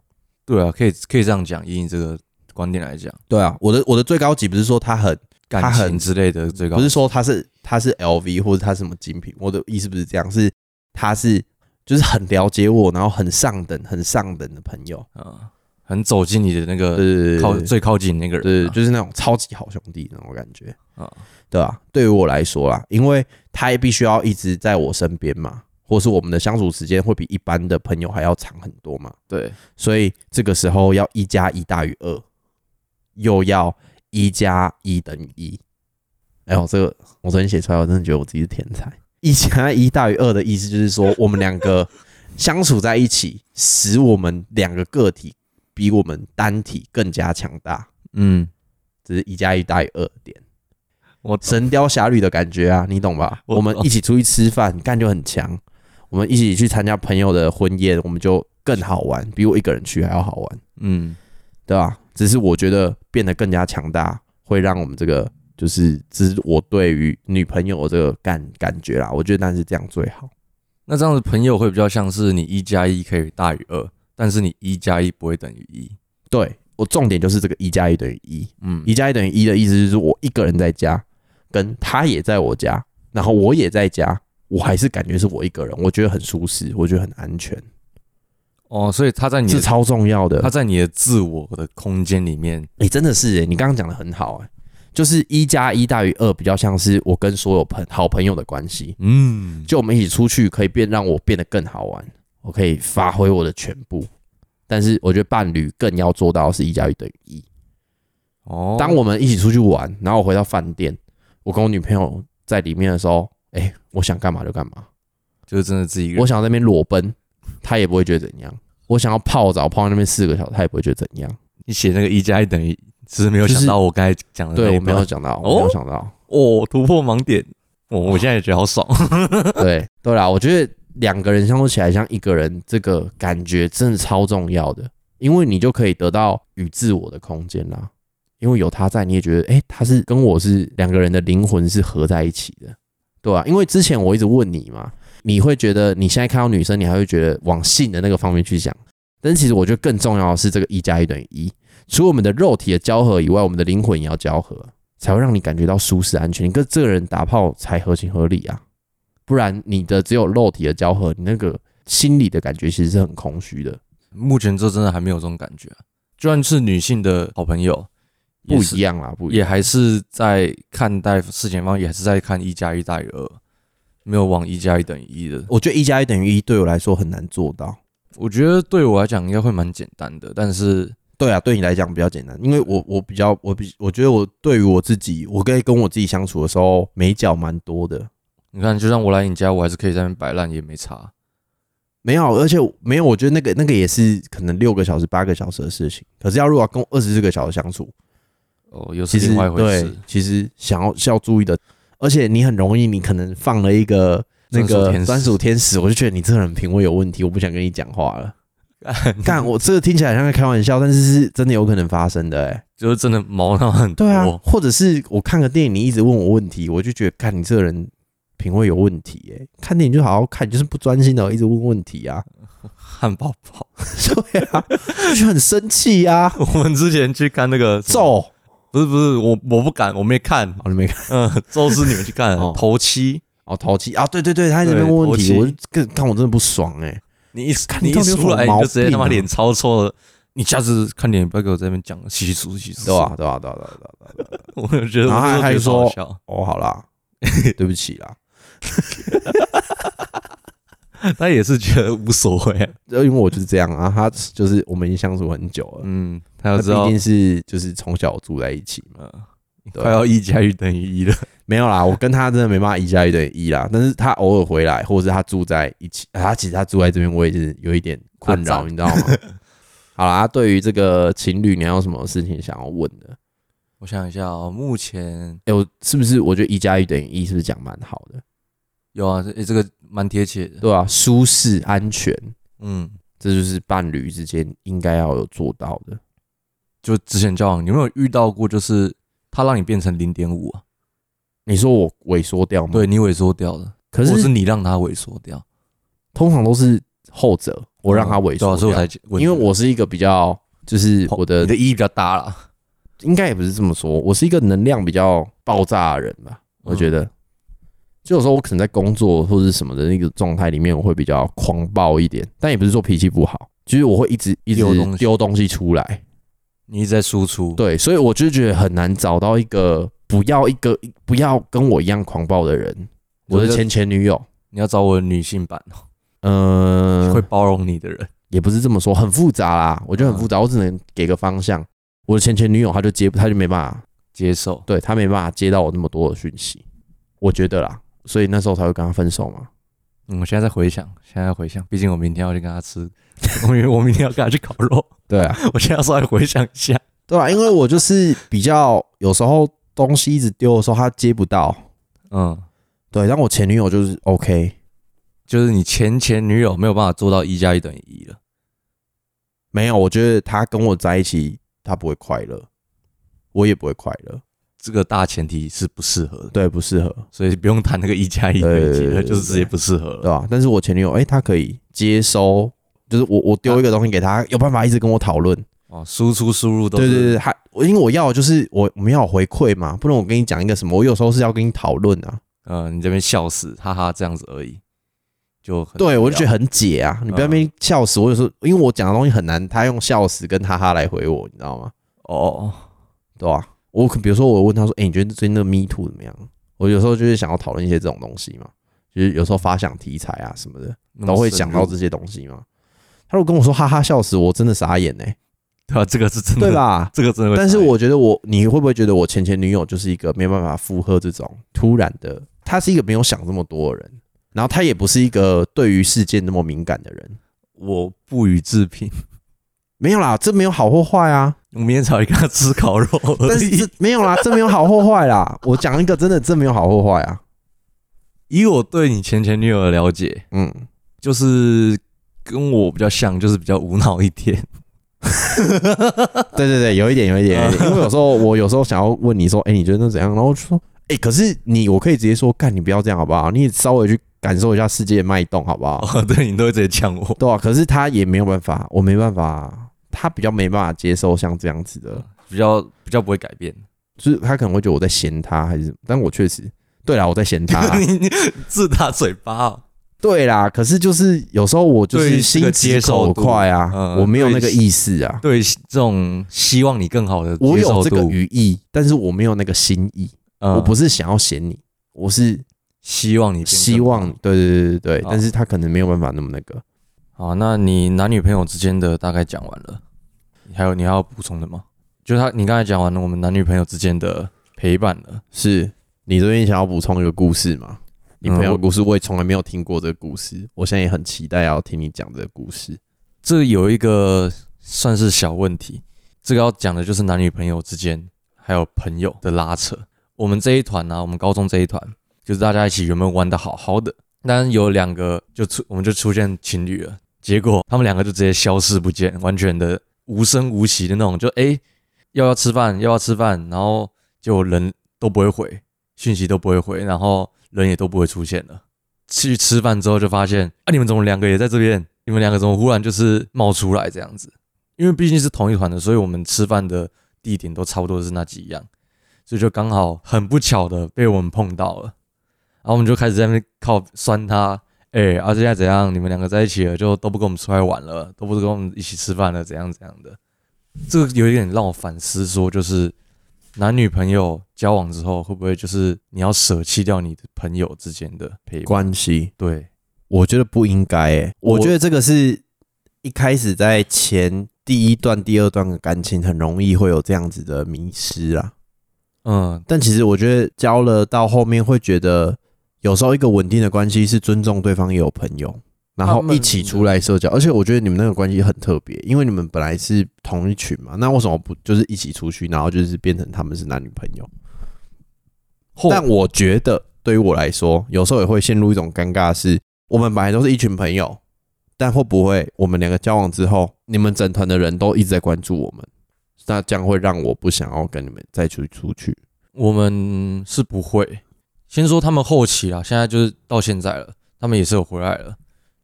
Speaker 2: 对啊，可以可以这样讲，以你这个观点来讲，
Speaker 1: 对啊，我的我的最高级不是说她很，他
Speaker 2: 感
Speaker 1: 很
Speaker 2: 情之类的最高
Speaker 1: 不是说她是她是 LV 或者她是什么精品，我的意思不是这样，是她是就是很了解我，然后很上等很上等的朋友。
Speaker 2: 啊，很走进你的那个
Speaker 1: 对
Speaker 2: 靠最靠近那个人
Speaker 1: 对，
Speaker 2: 啊，
Speaker 1: 就是那种超级好兄弟那种感觉，
Speaker 2: 啊，
Speaker 1: 对啊，对于我来说啦，因为他也必须要一直在我身边嘛，或是我们的相处时间会比一般的朋友还要长很多嘛，
Speaker 2: 对，
Speaker 1: 所以这个时候要一加一大于二，又要一加一等于一。哎呦，这个我昨天写出来，我真的觉得我自己是天才。一加一大于二的意思就是说，我们两个 相处在一起，使我们两个个体比我们单体更加强大。
Speaker 2: 嗯，
Speaker 1: 只是一加一大于二点，
Speaker 2: 我
Speaker 1: 《神雕侠侣》的感觉啊，你懂吧？
Speaker 2: 我
Speaker 1: 我们一起出去吃饭，干就很强；我们一起去参加朋友的婚宴，我们就更好玩，比我一个人去还要好玩，
Speaker 2: 嗯，
Speaker 1: 对吧？只是我觉得变得更加强大，会让我们这个就是，这是我对于女朋友的这个感感觉啦。我觉得但是这样最好。
Speaker 2: 那这样子朋友会比较像是你一加一可以大于二，但是你一加一不会等于一，
Speaker 1: 对我重点就是这个一加一等于一，
Speaker 2: 嗯，
Speaker 1: 一加一等于一的意思就是我一个人在家，跟他也在我家，然后我也在家，我还是感觉是我一个人，我觉得很舒适，我觉得很安全，
Speaker 2: 哦，所以他在你
Speaker 1: 这
Speaker 2: 的
Speaker 1: 超重要的
Speaker 2: 他。在你的自我的空间里面，
Speaker 1: 你、真的啊是、欸，你刚刚讲的很好、欸，就是一加一大于二，比较像是我跟所有朋好朋友的关系，
Speaker 2: 嗯，
Speaker 1: 就我们一起出去，可以变让我变得更好玩，我可以发挥我的全部。但是我觉得伴侣更要做到的是一加一等于一。
Speaker 2: 哦，
Speaker 1: 当我们一起出去玩，然后我回到饭店，我跟我女朋友在里面的时候，哎、我想干嘛就干嘛，
Speaker 2: 就是真的自己一个人
Speaker 1: 我想在那边裸奔，她也不会觉得怎样；我想要泡澡泡在那边四个小时，她也不会觉得怎样。
Speaker 2: 你写那个一加一等于，只是没有
Speaker 1: 就是
Speaker 2: 想到我刚才讲的
Speaker 1: 对
Speaker 2: 那一
Speaker 1: 我没
Speaker 2: 段
Speaker 1: 有想到，我没有想到，
Speaker 2: 哦，突破盲点，我我现在也觉得好爽，
Speaker 1: 对对啦，我觉得两个人相处起来像一个人，这个感觉真的超重要的，因为你就可以得到与自我的空间啦。因为有他在，你也觉得，哎、他是跟我是两个人的灵魂是合在一起的，对啊，因为之前我一直问你嘛，你会觉得你现在看到女生，你还会觉得往性的那个方面去想，但是其实我觉得更重要的是这个一加一等于一，除了我们的肉体的交合以外，我们的灵魂也要交合，才会让你感觉到舒适安全。你跟这个人打炮才合情合理啊。不然你的只有肉体的交合，你那个心理的感觉其实是很空虚的。
Speaker 2: 目前这真的还没有这种感觉、啊，就算是女性的好朋友，
Speaker 1: 不
Speaker 2: 也
Speaker 1: 一
Speaker 2: 是
Speaker 1: 样啦，不一样。
Speaker 2: 也还是在看待事情方面，也还是在看一加一大于二，没有往一加一等于一的。
Speaker 1: 我觉得一加一等于一对我来说很难做到。
Speaker 2: 我觉得对我来讲应该会蛮简单的，但是
Speaker 1: 对啊，对你来讲比较简单，因为我我比较我比我觉得我对于我自己，我跟跟我自己相处的时候美角蛮多的，
Speaker 2: 你看，就算我来你家，我还是可以在那边摆烂，也没差。
Speaker 1: 没有，而且没有，我觉得那个那个也是可能六个小时八个小时的事情，可是要如果要跟二十四个小时相处，
Speaker 2: 哦，又是
Speaker 1: 其实
Speaker 2: 另外一回
Speaker 1: 对
Speaker 2: 事。，
Speaker 1: 其实想要是要注意的，而且你很容易，你可能放了一个那
Speaker 2: 专属
Speaker 1: 个
Speaker 2: 天使
Speaker 1: 专属天使，我就觉得你这个人品味有问题，我不想跟你讲话 了。干，我这个听起来像在开玩笑，但是是真的有可能发生的、欸，
Speaker 2: 就是真的毛囊很多。
Speaker 1: 对啊，或者是我看个电影，你一直问我问题，我就觉得看你这个人品味有问题耶、看电影就好好看，你就是不专心的一直问问题啊，
Speaker 2: 汉堡包。
Speaker 1: 对啊，就很生气啊，
Speaker 2: 我们之前去看那个什么，
Speaker 1: 揍！
Speaker 2: 不是不是，我我不敢，我没看。
Speaker 1: 哦，你没看
Speaker 2: 嗯，周是你们去看
Speaker 1: 哦
Speaker 2: 头七，
Speaker 1: 哦，淘气啊，对对对，他在那边问问题，
Speaker 2: 对
Speaker 1: 我
Speaker 2: 淘气
Speaker 1: 就更看我真的不爽哎、
Speaker 2: 你一
Speaker 1: 看
Speaker 2: 你
Speaker 1: 你
Speaker 2: 一
Speaker 1: 到底有什
Speaker 2: 出
Speaker 1: 么
Speaker 2: 来你
Speaker 1: 毛
Speaker 2: 就直接他
Speaker 1: 病
Speaker 2: 妈
Speaker 1: 啊
Speaker 2: 脸超臭了。你下次看脸不要给我在那边讲习俗习俗，
Speaker 1: 对啊 吧、？对吧、对吧、对吧、对吧、对吧、
Speaker 2: 我就觉得
Speaker 1: 然后
Speaker 2: 我
Speaker 1: 他
Speaker 2: 就
Speaker 1: 还
Speaker 2: 觉得
Speaker 1: 说
Speaker 2: 超好笑，
Speaker 1: 哦，好啦， 对不起啦，
Speaker 2: 他也是觉得无所谓 啊。
Speaker 1: 因为我就是这样啊，他就是我们已经相处很久了，
Speaker 2: 嗯，
Speaker 1: 他
Speaker 2: 他要知道
Speaker 1: 毕，竟是就是从小住在一起嘛。
Speaker 2: 嗯，
Speaker 1: 对
Speaker 2: 快要一加一等于一了。
Speaker 1: 没有啦，我跟他真的没办法一加一等于一啦。但是他偶尔回来，或者是他住在一起，啊他其实他住在这边，我也是有一点困
Speaker 2: 啊
Speaker 1: 扰，
Speaker 2: 赞
Speaker 1: 你知道吗？ 好啦，啊对于这个情侣，你还有什么事情想要问的？
Speaker 2: 我想一下哦，目前
Speaker 1: 哎、我是不是我觉得一加一等于一是不是讲蛮好的？
Speaker 2: 有啊，这诶这个蛮贴切的。
Speaker 1: 对啊，舒适安全，
Speaker 2: 嗯，
Speaker 1: 这就是伴侣之间应该要有做到的。
Speaker 2: 就之前交往，你有没有遇到过，就是他让你变成零点五啊？
Speaker 1: 你说我萎缩掉吗？
Speaker 2: 对，你萎缩掉了，
Speaker 1: 可
Speaker 2: 或
Speaker 1: 是
Speaker 2: 嗯是你让他萎缩掉？
Speaker 1: 通常都是后者，我让他萎
Speaker 2: 对啊
Speaker 1: 缩
Speaker 2: 所以我
Speaker 1: 掉，
Speaker 2: 才问
Speaker 1: 因为
Speaker 2: 你
Speaker 1: 我是一个比较就是我的
Speaker 2: 你的 E 比较大啦。
Speaker 1: 应该也不是这么说，我是一个能量比较爆炸的人吧，我
Speaker 2: 嗯
Speaker 1: 觉得。就有时候我可能在工作或者什么的那个状态里面，我会比较狂暴一点，但也不是说脾气不好，就是我会一直一直
Speaker 2: 丢东西
Speaker 1: 丢东西出来。
Speaker 2: 你一直在输出，
Speaker 1: 对，所以我就觉得很难找到一个不要一个不要跟我一样狂暴的人。我的前前女友，
Speaker 2: 你要找我的女性版哦，
Speaker 1: 嗯、
Speaker 2: 会包容你的人。
Speaker 1: 也不是这么说，很复杂啦，我觉得很复杂，我只能给个方向。我的前前女友，她就接，她就没办法
Speaker 2: 接受，
Speaker 1: 对他没办法接到我那么多的讯息，我觉得啦，所以那时候才会跟他分手嘛。
Speaker 2: 嗯，我现在在回想，现在在回想，毕竟我明天要去跟他吃， 我明我明天要跟他去烤肉，
Speaker 1: 对啊，
Speaker 2: 我现在稍微回想一下，
Speaker 1: 对啊，因为我就是比较有时候东西一直丢的时候，他接不到。
Speaker 2: 嗯，
Speaker 1: 对，但我前女友就是 OK，
Speaker 2: 就是你前前女友没有办法做到一加一等于一了，
Speaker 1: 没有，我觉得他跟我在一起，他不会快乐，我也不会快乐，
Speaker 2: 这个大前提是不适合的，
Speaker 1: 对，不适合，
Speaker 2: 所以不用谈那个一加一等于几了，就是直接不适合
Speaker 1: 对
Speaker 2: 了。
Speaker 1: 吧、但是我前女友，哎、她可以接收，就是我我丢一个东西给她，有办法一直跟我讨论。
Speaker 2: 哦，输出输入都
Speaker 1: 对
Speaker 2: 是
Speaker 1: 对对，还我因为我要的就是我我们要有回馈嘛，不然我跟你讲一个什么，我有时候是要跟你讨论啊。
Speaker 2: 呃，你这边笑死，哈哈，这样子而已，就很嗯
Speaker 1: 对，我就觉得
Speaker 2: 得
Speaker 1: 很解啊！你不要那边笑死我，有时候因为我讲的东西很难，他用笑死跟哈哈来回我，你知道吗？
Speaker 2: 哦，
Speaker 1: 对吧、我可比如说我问他说：“哎、你觉得最近那个 Me Too 怎么样？”我有时候就是想要讨论一些这种东西嘛，就是有时候发想题材啊什么的，
Speaker 2: 那么
Speaker 1: 都会
Speaker 2: 哦深
Speaker 1: 想
Speaker 2: 入
Speaker 1: 到这些东西嘛。他如果跟我说哈哈笑死，我真的傻眼 呢、
Speaker 2: 对啊吧？这个是真的，
Speaker 1: 对？吧？
Speaker 2: 这个真的会傻
Speaker 1: 但
Speaker 2: 眼，
Speaker 1: 是我觉得我，你会不会觉得我前前女友就是一个没办法负荷这种突然的？她是一个没有想这么多的人，然后她也不是一个对于事件那么敏感的人。
Speaker 2: 我不予置评。
Speaker 1: 没有啦，这没有好或坏啊。
Speaker 2: 我明天早上跟他吃烤肉而已，
Speaker 1: 但是这没有啦，这没有好或坏啦。我讲一个真的，这没有好或坏啊。
Speaker 2: 以我对你前前女友的了解，
Speaker 1: 嗯，
Speaker 2: 就是跟我比较像，就是比较无脑一点。
Speaker 1: 对对对，有一点，有一点，有一点因为有时候我有时候想要问你说，哎、你觉得那怎样？然后就说，哎、可是你，我可以直接说，干，你不要这样好不好？你也稍微去感受一下世界的脉动好不好？
Speaker 2: 哦，对你都会直接呛我。
Speaker 1: 对啊，可是他也没有办法，我没办法，他比较没办法接受像这样子的，
Speaker 2: 比较比较不会改变，
Speaker 1: 就是他可能会觉得我在嫌他还是什么，但我确实对啦，我在嫌 他啦。
Speaker 2: 你你自打嘴巴哦，
Speaker 1: 对啦，可是就是有时候我就
Speaker 2: 对这
Speaker 1: 是
Speaker 2: 个
Speaker 1: 心
Speaker 2: 接
Speaker 1: 直
Speaker 2: 受
Speaker 1: 口
Speaker 2: 度
Speaker 1: 快啊，
Speaker 2: 嗯
Speaker 1: 我没有
Speaker 2: 对
Speaker 1: 那个意思啊，
Speaker 2: 对这种希望你更好的
Speaker 1: 我
Speaker 2: 接受
Speaker 1: 有这个
Speaker 2: 度，
Speaker 1: 语义，但是我没有那个心意，
Speaker 2: 嗯
Speaker 1: 我不是想要嫌你，我是
Speaker 2: 希望你变更
Speaker 1: 希望
Speaker 2: 好。
Speaker 1: 对对对对对
Speaker 2: 哦，
Speaker 1: 但是他可能没有办法那么那个。
Speaker 2: 好，那你男女朋友之间的大概讲完了，你还有你还要补充的吗？就是他，你刚才讲完了我们男女朋友之间的陪伴了。
Speaker 1: 是你这边想要补充一个故事吗？你
Speaker 2: 嗯
Speaker 1: 朋友
Speaker 2: 我
Speaker 1: 的故事我也从来没有听过这个故事，我现在也很期待要听你讲这个故事。
Speaker 2: 这有一个算是小问题，这个要讲的就是男女朋友之间还有朋友的拉扯。我们这一团啊呢、我们高中这一团，就是大家一起原本玩的好好的，但有两个就出我们就出现情侣了，结果他们两个就直接消失不见，完全的无声无息的那种，就诶，要要吃饭，要要吃饭，然后就人都不会回，讯息都不会回，然后人也都不会出现了。去吃饭之后就发现啊，你们怎么两个也在这边？你们两个怎么忽然就是冒出来这样子？因为毕竟是同一团的，所以我们吃饭的地点都差不多是那几样，所以就刚好很不巧的被我们碰到了，然后我们就开始在那边靠酸他，哎、啊现在怎样？你们两个在一起了，就都不跟我们出来玩了，都不跟我们一起吃饭了，怎样怎样的？这个有一点让我反思，说就是男女朋友交往之后，会不会就是你要舍弃掉你的朋友之间的陪伴？
Speaker 1: 关系，
Speaker 2: 对，
Speaker 1: 我觉得不应该欸诶、
Speaker 2: 我
Speaker 1: 我觉得这个是一开始在前第一段、第二段的感情很容易会有这样子的迷失啊。
Speaker 2: 嗯，
Speaker 1: 但其实我觉得交了到后面会觉得，有时候一个稳定的关系是尊重对方也有朋友，然后
Speaker 2: 他们
Speaker 1: 一起出来社交。而且我觉得你们那个关系很特别，因为你们本来是同一群嘛，那为什么不就是一起出去，然后就是变成他们是男女朋友？
Speaker 2: 后
Speaker 1: 但我觉得对于我来说，有时候也会陷入一种尴尬是，我们本来都是一群朋友，但会不会我们两个交往之后，你们整团的人都一直在关注我们？那这样会让我不想要跟你们再出出去。
Speaker 2: 我们是不会。先说他们后期啊啦，现在就是到现在了，他们也是有回来了，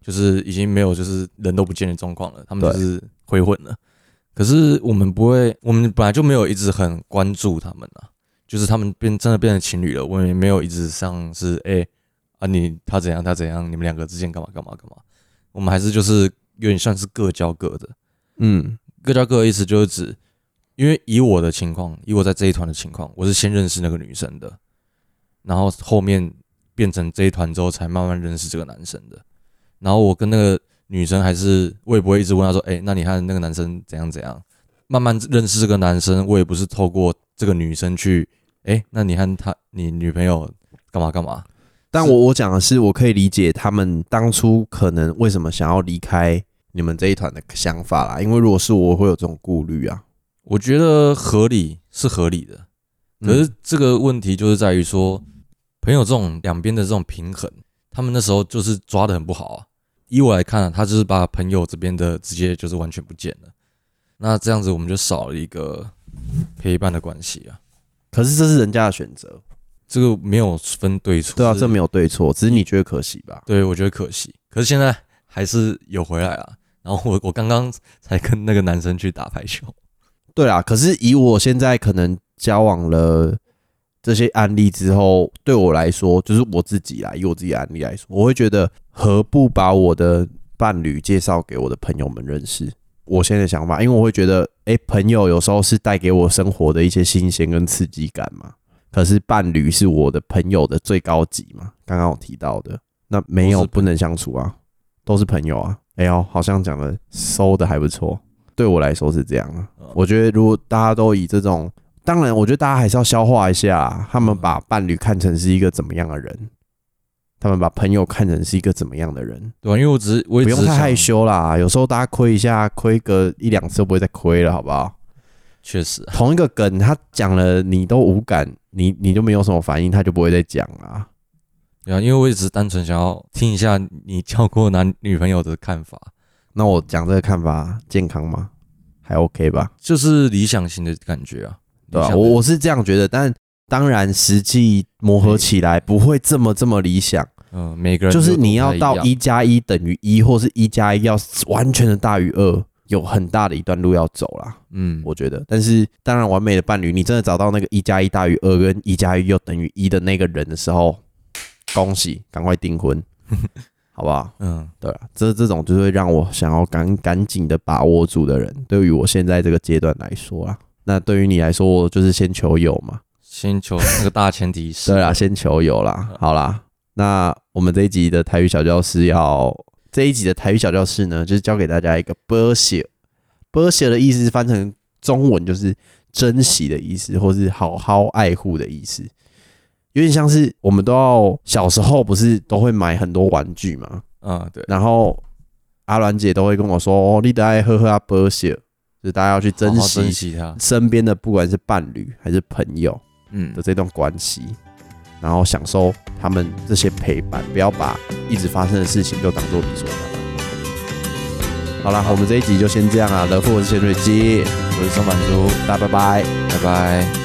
Speaker 2: 就是已经没有就是人都不见的状况了，他们
Speaker 1: 对
Speaker 2: 就是回魂了。可是我们不会，我们本来就没有一直很关注他们啊，就是他们变真的变成情侣了，我们也没有一直像是哎、啊你他怎样他怎样，你们两个之间干嘛干嘛干嘛，我们还是就是有点像是各教各的，
Speaker 1: 嗯，
Speaker 2: 各教各的意思就是指，因为以我的情况，以我在这一团的情况，我是先认识那个女生的，然后后面变成这一团之后，才慢慢认识这个男生的。然后我跟那个女生还是，我也不会一直问她说，哎、那你看那个男生怎样怎样。慢慢认识这个男生，我也不是透过这个女生去，哎、那你看他，你女朋友干嘛干嘛？
Speaker 1: 但
Speaker 2: 是
Speaker 1: 我我讲的是，我可以理解他们当初可能为什么想要离开你们这一团的想法啦，因为如果是我，我会有这种顾虑啊。
Speaker 2: 我觉得合理是合理的，
Speaker 1: 嗯
Speaker 2: 可是这个问题就是在于说，朋友这种两边的这种平衡，他们那时候就是抓的很不好啊。以我来看、啊，他就是把朋友这边的直接就是完全不见了，那这样子我们就少了一个陪伴的关系啊。
Speaker 1: 可是这是人家的选择，
Speaker 2: 这个没有分对错，
Speaker 1: 对啊，
Speaker 2: 是
Speaker 1: 这没有对错，只是你觉得可惜吧？
Speaker 2: 对我觉得可惜。可是现在还是有回来啊。然后我我刚刚才跟那个男生去打排球，
Speaker 1: 对啦，可是以我现在可能交往了这些案例之后，对我来说，就是我自己啦，以我自己的案例来说，我会觉得何不把我的伴侣介绍给我的朋友们认识？我现在的想法，因为我会觉得，诶，朋友有时候是带给我生活的一些新鲜跟刺激感嘛。可是伴侣是我的朋友的最高级嘛，刚刚我提到的，那没
Speaker 2: 都
Speaker 1: 有
Speaker 2: 是
Speaker 1: 不能相处啊，都是朋友啊。哎呦，好像讲的收的还不错，对我来说是这样啊。
Speaker 2: 哦
Speaker 1: 我觉得如果大家都以这种，当然，我觉得大家还是要消化一下啊，他们把伴侣看成是一个怎么样的人，他们把朋友看成是一个怎么样的人，
Speaker 2: 对啊吧、因为我只是我也
Speaker 1: 不
Speaker 2: 只
Speaker 1: 用
Speaker 2: 是
Speaker 1: 太
Speaker 2: 想
Speaker 1: 害，羞啦。有时候大家亏一下，亏个一两次都不会再亏了，好不 好？
Speaker 2: 确实啊
Speaker 1: 同一个梗，他讲了你都无感，你你就没有什么反应，他就不会再讲啦。
Speaker 2: 对啊，因为我也只是单纯想要听一下你交过男女朋友的看法，
Speaker 1: 那我讲这个看法健康吗？还 OK 吧？
Speaker 2: 就是理想型的感觉啊。
Speaker 1: 对
Speaker 2: 理
Speaker 1: 吧、
Speaker 2: 想的
Speaker 1: 我我是这样觉得，但当然实际磨合起来不会这么这么理想。
Speaker 2: 嗯，每个人
Speaker 1: 就是
Speaker 2: 都
Speaker 1: 你
Speaker 2: 不
Speaker 1: 要
Speaker 2: 太
Speaker 1: 到
Speaker 2: 样
Speaker 1: 一加一等于一，或是一加一要完全的大于二，有很大的一段路要走啦，
Speaker 2: 嗯，
Speaker 1: 我觉得。但是当然，完美的伴侣，你真的找到那个一加一大于二跟一加一又等于一的那个人的时候，恭喜，赶快订婚， 好不好？
Speaker 2: 嗯
Speaker 1: 对啊，这这种就是会让我想要赶赶紧的把握住的人，对于我现在这个阶段来说啊，那对于你来说，我就是先求有嘛，
Speaker 2: 先求那个大前提 是嗯
Speaker 1: 对啦，先求有啦，好啦，那我们这一集的台语小教室要这一集的台语小教室呢，就是教给大家一个 b u r s e b u r s e 的意思翻成中文就是珍惜的意思，或是好好爱护的意思。有点像是我们都要小时候不是都会买很多玩具嘛，
Speaker 2: 嗯对，
Speaker 1: 然后阿兰姐都会跟我说：“哦，你得爱喝喝啊，波谢，就是大家要去珍
Speaker 2: 好好
Speaker 1: 惜
Speaker 2: 珍惜它，
Speaker 1: 身边的，不管是伴侣还是朋友
Speaker 2: 嗯
Speaker 1: 的，这段关系，然后享受他们这些陪伴，不要把一直发生的事情都当做理所当然。”好啦，我们这一集就先这样啊，乐父，我是潜水机，
Speaker 2: 我是松满珠，
Speaker 1: 大家拜拜。
Speaker 2: 拜拜。